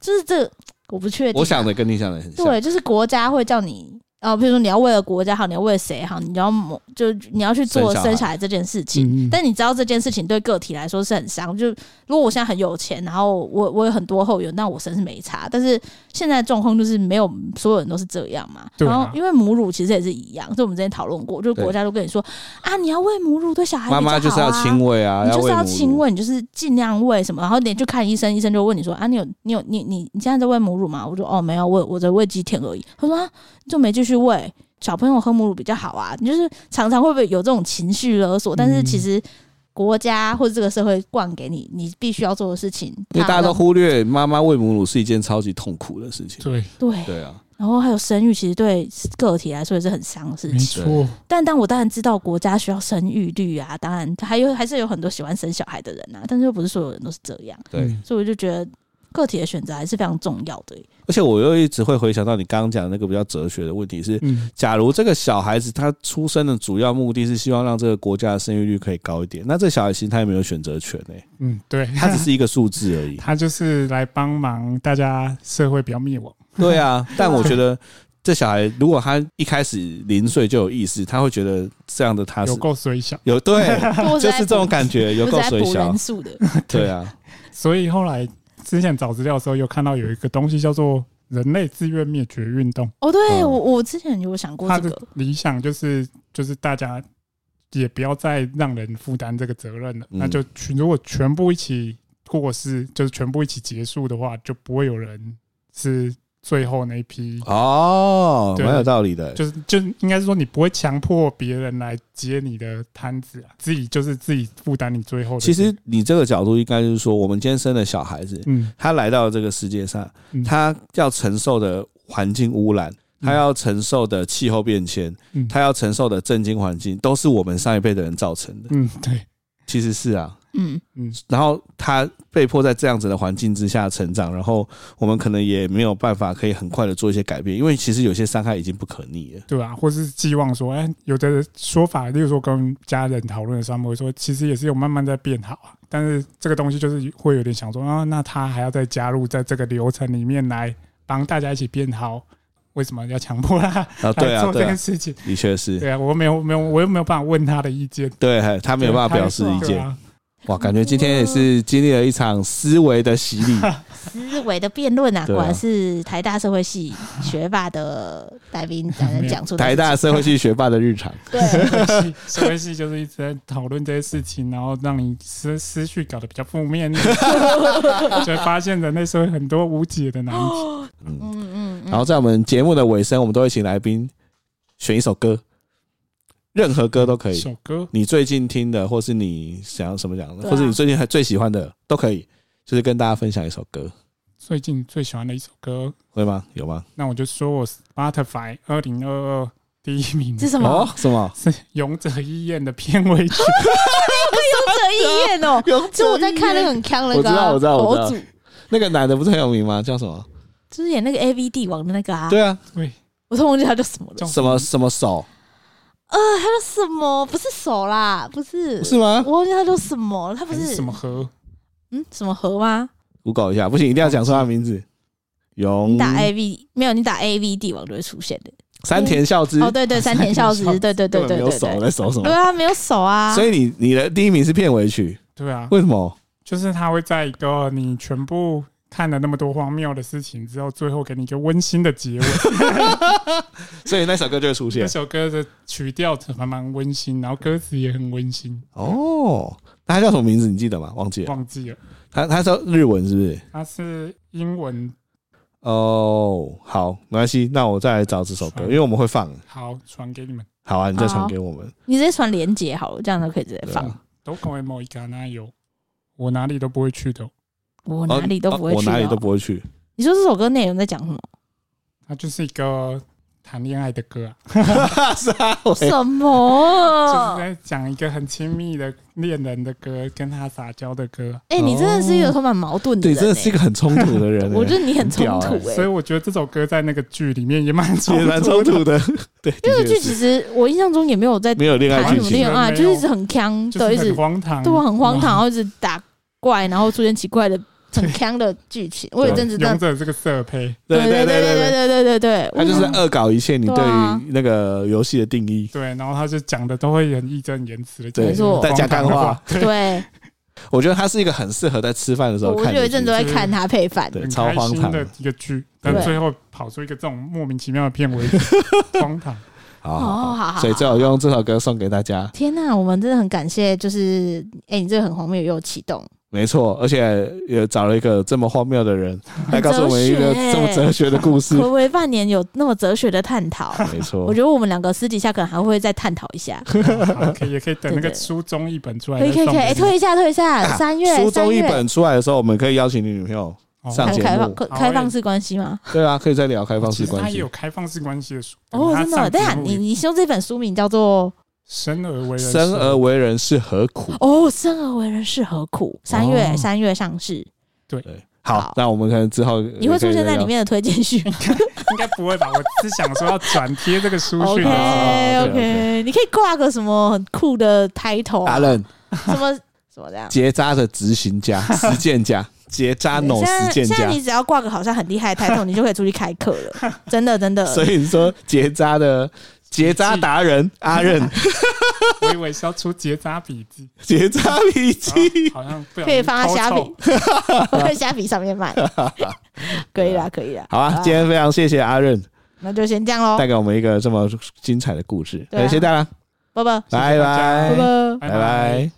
Speaker 2: 就是这我不确定啊、
Speaker 1: 我想的跟你想的很像。
Speaker 2: 对，就是国家会叫你呃，比如说你要为了国家好，你要为了谁好，你要某就你要去
Speaker 1: 生
Speaker 2: 做
Speaker 1: 小孩
Speaker 2: 生小孩这件事情。
Speaker 3: 嗯嗯
Speaker 2: 但你知道这件事情对个体来说是很伤。就如果我现在很有钱，然后我我有很多后援，那我生是没差。但是现在状况就是没有所有人都是这样嘛。
Speaker 3: 对啊
Speaker 2: 然后因为母乳其实也是一样，就我们之前讨论过，就是国家都跟你说啊，你要喂母乳对小孩比较
Speaker 1: 妈
Speaker 2: 好啊
Speaker 1: 妈就是要亲喂啊，
Speaker 2: 你就是
Speaker 1: 喂
Speaker 2: 要
Speaker 1: 母
Speaker 2: 亲
Speaker 1: 乳。
Speaker 2: 喂，你就是尽量喂什么，然后你去看医生，医生就问你说啊，你有你有你你你现在在喂母乳吗？我说哦没有，我我在喂鸡舔而已。他说、啊、就没继续喂，小朋友喝母乳比较好啊。你就是常常会不会有这种情绪勒索？
Speaker 1: 嗯
Speaker 2: 但是其实国家或者这个社会灌给你，你必须要做的事情，
Speaker 1: 因为大家都
Speaker 2: 它好像
Speaker 1: 忽略妈妈喂母乳是一件超级痛苦的事情。
Speaker 3: 对，
Speaker 2: 对，
Speaker 1: 对啊，
Speaker 2: 然后还有生育，其实对个体来说也是很伤的事
Speaker 3: 嗯没
Speaker 2: 情。
Speaker 3: 错，
Speaker 2: 但但我当然知道国家需要生育率啊，当然还有还是有很多喜欢生小孩的人啊，但是又不是所有人都是这样。
Speaker 1: 对。
Speaker 3: 嗯
Speaker 2: 所以我就觉得个体的选择还是非常重要 的。
Speaker 1: 而且我又一直会回想到你刚刚讲的那个比较哲学的问题是，
Speaker 3: 嗯，
Speaker 1: 假如这个小孩子他出生的主要目的是希望让这个国家的生育率可以高一点，那这小孩其实他也没有选择权 诶、
Speaker 3: 嗯，对，
Speaker 1: 他只是一个数字而已。
Speaker 3: 他就是来帮忙大家社会不要灭亡。
Speaker 1: 对啊，但我觉得 这小孩如果他一开始零岁就有意识，他会觉得这样的他是
Speaker 3: 有够水小，
Speaker 1: 有 对，
Speaker 2: 就
Speaker 1: 就是这种感 觉，有
Speaker 2: 不
Speaker 1: 够
Speaker 2: 是在
Speaker 1: 水
Speaker 2: 补
Speaker 1: 小
Speaker 2: 人。数的，
Speaker 1: 对啊，
Speaker 3: 所以后来之前找资料的时候，有看到有一个东西叫做人类自愿灭绝运动，
Speaker 2: 哦，对
Speaker 1: 嗯
Speaker 2: 我我之前有想过
Speaker 3: 他
Speaker 2: 这
Speaker 3: 的
Speaker 2: 个，
Speaker 3: 理想就是就是大家也不要再让人负担这个责任了，
Speaker 1: 嗯
Speaker 3: 那就全如果全部一起过世，就是全部一起结束的话，就不会有人是最后那一批。
Speaker 1: 哦，
Speaker 3: 对
Speaker 1: 蛮有道理的。
Speaker 3: 就是就应该是说，你不会强迫别人来接你的摊子啊，自己就是自己负担你最后的。
Speaker 1: 其实，你这个角度应该就是说，我们今天生的小孩子，
Speaker 3: 嗯，
Speaker 1: 他来到这个世界上，
Speaker 3: 嗯
Speaker 1: 他要承受的环境污染，他要承受的气候变迁
Speaker 3: 嗯，
Speaker 1: 他要承受的震惊环境，都是我们上一辈的人造成的。
Speaker 3: 嗯，对，
Speaker 1: 其实是啊，
Speaker 2: 嗯，
Speaker 3: 嗯，
Speaker 1: 然后他被迫在这样子的环境之下成长，然后我们可能也没有办法可以很快的做一些改变，因为其实有些伤害已经不可逆了。
Speaker 3: 对啊，或是寄望说，哎、有的说法，例如说跟家人讨论的时候，他们会说，其实也是有慢慢在变好啊。但是这个东西就是会有点想说啊，那他还要再加入在这个流程里面来帮大家一起变好，为什么要强迫 他
Speaker 1: 啊，对
Speaker 3: 来
Speaker 1: 啊，
Speaker 3: 做
Speaker 1: 对
Speaker 3: 这
Speaker 1: 啊
Speaker 3: 件，事情？
Speaker 1: 的确是，
Speaker 3: 对啊，我没有没有，我又没有办法问他的意见，
Speaker 1: 对，还他没有办法
Speaker 3: 对他
Speaker 1: 表示意
Speaker 3: 对
Speaker 1: 见。
Speaker 3: 啊，
Speaker 1: 哇，感觉今天也是经历了一场思维的洗 礼。
Speaker 2: 思维的辩论啊，
Speaker 1: 对啊
Speaker 2: 果然是台大社会系学霸的来宾才能讲出的
Speaker 1: 台大社会系学霸的日常，
Speaker 2: 对，
Speaker 3: 社会系社会系就是一直在讨论这些事情，然后让你思思绪搞得比较负面， 就发现人类社会很多无解的难题。
Speaker 1: 嗯，
Speaker 2: 嗯嗯
Speaker 1: 然
Speaker 2: 嗯，
Speaker 1: 后在我们节目的尾声，我们都会请来宾选一首歌，任何歌都可以。
Speaker 3: 首歌
Speaker 1: 你最近听的，或是你想要什么讲的，
Speaker 2: 对啊
Speaker 1: 或是你最近还最喜欢的，都可以，就是跟大家分享一首歌，
Speaker 3: 最近最喜欢的一首歌，
Speaker 1: 会吗？有吗？
Speaker 3: 那我就说我 Spotify 二零二二第一名
Speaker 2: 这是什么？
Speaker 1: 哦，什么？
Speaker 3: 是《勇者义彦》的片尾曲，
Speaker 2: 这一 眼哦，就我在看那个很康那
Speaker 1: 我知道我知
Speaker 2: 个
Speaker 1: 道
Speaker 2: 啊
Speaker 1: 我
Speaker 2: 博
Speaker 1: 知道
Speaker 2: 主，
Speaker 1: 那个男的不是很有名吗？叫什么？
Speaker 2: 啊就是演那个 A V 帝王的那个啊，
Speaker 1: 对啊，
Speaker 3: 对，
Speaker 2: 我突然忘记他叫什么了
Speaker 3: 叫，
Speaker 1: 什么什么手？
Speaker 2: 呃，他叫什么？不是手啦，不是，
Speaker 1: 不是吗？
Speaker 2: 我忘记他叫什么了， 他不
Speaker 3: 还是什么河？
Speaker 2: 嗯什么河吗？
Speaker 1: 我搞一下，不行，一定要讲出他的名字。
Speaker 2: 你
Speaker 1: 勇
Speaker 2: 打 A V 没有？你打 A V 帝王就会出现的。
Speaker 1: 山田孝之，
Speaker 2: 哦，对对，山田孝之，
Speaker 3: 根
Speaker 2: 对对
Speaker 1: 根
Speaker 2: 对
Speaker 1: 本
Speaker 2: 对
Speaker 1: 没有
Speaker 2: 对
Speaker 1: 手，
Speaker 2: 对，
Speaker 1: 在手什
Speaker 2: 对
Speaker 1: 么？
Speaker 2: 啊，没有手啊，
Speaker 1: 所以你你的第一名是片尾曲，
Speaker 3: 对啊，
Speaker 1: 为什么？
Speaker 3: 就是它会在一个你全部看了那么多荒谬的事情之后，最后给你一个温馨的结尾。
Speaker 1: 所以那首歌就会出
Speaker 3: 这
Speaker 1: 现
Speaker 3: 首歌的曲调还蛮温馨，然后歌词也很温馨，
Speaker 1: 哦。那他叫什么名字？你记得吗？忘记了。
Speaker 3: 忘记了，
Speaker 1: 他他叫日文是不是？
Speaker 3: 它是英文。
Speaker 1: 哦，好，没关系。那我再来找这首歌，因为我们会放。
Speaker 3: 好，传给你们。
Speaker 1: 好啊，你再传
Speaker 2: 好
Speaker 1: 给我们。
Speaker 2: 你直接传连接好了，这样就可以直接
Speaker 1: 对啊
Speaker 2: 放。
Speaker 3: 都跟我某一个啊那有，我哪里都不会去的哦。
Speaker 2: 我哪里都不会
Speaker 1: 哦
Speaker 2: 去、啊
Speaker 1: 我哪里都。不会去。
Speaker 2: 你说这首歌内容在讲什么？
Speaker 3: 它就是一个谈恋爱的歌啊，
Speaker 1: 是啊，我
Speaker 2: 什
Speaker 3: 就是
Speaker 2: 么？
Speaker 3: 在讲一个很亲密的恋人的歌，跟他撒娇的歌。
Speaker 2: 哎、你真的是一个充满矛盾的
Speaker 1: 对，
Speaker 2: 人、欸。
Speaker 1: 真的是一个很冲突的人欸。
Speaker 2: 我觉得你很冲突
Speaker 1: 很
Speaker 2: 哎、
Speaker 3: 所以我觉得这首歌在那个剧里面 也蛮冲
Speaker 1: 也
Speaker 3: 突
Speaker 1: 蛮
Speaker 3: 的
Speaker 1: 冲突的。 对，
Speaker 2: 这
Speaker 1: 的
Speaker 2: 个
Speaker 1: 确
Speaker 2: 剧
Speaker 1: 是
Speaker 2: 其实我印象中也没有在
Speaker 1: 没有恋爱
Speaker 2: 谈
Speaker 1: 剧
Speaker 2: 什么
Speaker 1: 情
Speaker 2: 恋爱，
Speaker 3: 没有
Speaker 2: 就是一直很强
Speaker 3: 就是
Speaker 2: 的，一直
Speaker 3: 很荒唐，
Speaker 2: 对我很荒唐，然后一直打怪，然后出现奇怪的很强的剧情。我有一阵子
Speaker 3: 勇
Speaker 2: 在，
Speaker 3: 者这个色胚，
Speaker 1: 对
Speaker 2: 对
Speaker 1: 对对
Speaker 2: 对
Speaker 1: 对对，
Speaker 2: 对对对对对，
Speaker 1: 他就是
Speaker 2: 我
Speaker 1: 在恶搞一切你
Speaker 2: 对
Speaker 1: 对
Speaker 2: 啊
Speaker 1: 于那个游戏的定义。
Speaker 3: 对，然后他就讲的都会很义正言辞的，
Speaker 1: 对
Speaker 2: 没错
Speaker 1: 在讲干话，
Speaker 2: 对，
Speaker 1: 我觉得他是一个很适合在吃饭的时候
Speaker 2: 我
Speaker 1: 看的剧。
Speaker 2: 有一阵子都在
Speaker 3: 就是
Speaker 2: 看他配饭，
Speaker 1: 对
Speaker 3: 很
Speaker 1: 超
Speaker 3: 开
Speaker 1: 荒
Speaker 3: 心
Speaker 1: 唐
Speaker 3: 的一个剧，但
Speaker 2: 对
Speaker 3: 最后跑出一个这种莫名其妙的片尾， 荒唐。
Speaker 1: 好
Speaker 2: 哦好好
Speaker 1: 所以最后用这首歌送给大家。
Speaker 2: 天呐、我们真的很感谢，就是哎、你这个很荒谬又启动，
Speaker 1: 没错，而且也找了一个这么荒谬的人来告诉我们一个
Speaker 2: 哲学
Speaker 1: 这么哲学的故 事。
Speaker 2: 回违半年有那么哲学的探 讨。
Speaker 1: 没
Speaker 2: 我
Speaker 1: 错，
Speaker 2: 觉得我们两个私底下可能还会再探讨一下，
Speaker 3: 好可以也可以等
Speaker 2: 对
Speaker 3: 那
Speaker 2: 对
Speaker 3: 个书中一本出来
Speaker 2: 可
Speaker 3: 再
Speaker 2: 以可以
Speaker 3: 送
Speaker 2: 可以，哎、
Speaker 3: 给你，
Speaker 2: 推一下推一下，三月
Speaker 1: 书中
Speaker 2: 三
Speaker 1: 一
Speaker 2: 月
Speaker 1: 本出来的时候，我们可以邀请你女朋友。
Speaker 3: 哦
Speaker 1: 上
Speaker 2: 还
Speaker 1: 节
Speaker 2: 开
Speaker 1: 目
Speaker 2: 放开开放式关系吗？
Speaker 1: 对啊，可以再聊开放式
Speaker 3: 其实它
Speaker 1: 关
Speaker 3: 也
Speaker 1: 系
Speaker 3: 有。开放式关系的书
Speaker 2: 哦，真的，等一下你你用这本书名叫做
Speaker 3: 生而哎为人，
Speaker 1: 生而为人是何苦？
Speaker 2: 哦，生而为人是何苦？三月、
Speaker 1: 哦
Speaker 2: 三月上市，
Speaker 1: 对，好
Speaker 2: 好，
Speaker 1: 那我们可能之后
Speaker 2: 你会出现在里。面的推荐序。
Speaker 3: 应该不会吧？我只想说要转贴这个书
Speaker 2: OK
Speaker 3: 讯，
Speaker 1: 哦
Speaker 2: OK，
Speaker 1: OK，OK
Speaker 2: 你可以挂个什么很酷的 title，
Speaker 1: 达
Speaker 2: 啊
Speaker 1: 人
Speaker 2: 什么什么这样。
Speaker 1: 结扎的执行 家、实践家、结扎 no
Speaker 2: 现在
Speaker 1: 实践
Speaker 2: 现在
Speaker 1: 家
Speaker 2: 你。只要挂个好像很厉害的 title，你就可以出去开课 了，真的真的。
Speaker 1: 所以你说结扎的结扎达人阿任
Speaker 3: 我以为是要出结扎笔 记，
Speaker 1: 结扎笔记
Speaker 3: 啊，好像不小心
Speaker 2: 可以放在
Speaker 3: 偷
Speaker 2: 虾
Speaker 3: 凑
Speaker 2: 皮， 我在虾皮上 面卖，可以啦，可以啦。
Speaker 1: 好啊，今天非常谢谢阿任
Speaker 2: 那就先这样喽，
Speaker 1: 带给我们一一个这么精彩的故事，
Speaker 2: 对啊
Speaker 1: 感谢大家，
Speaker 2: 拜拜，
Speaker 1: 拜
Speaker 3: 谢谢大家
Speaker 2: 拜
Speaker 1: 拜
Speaker 2: 拜。
Speaker 1: 拜拜。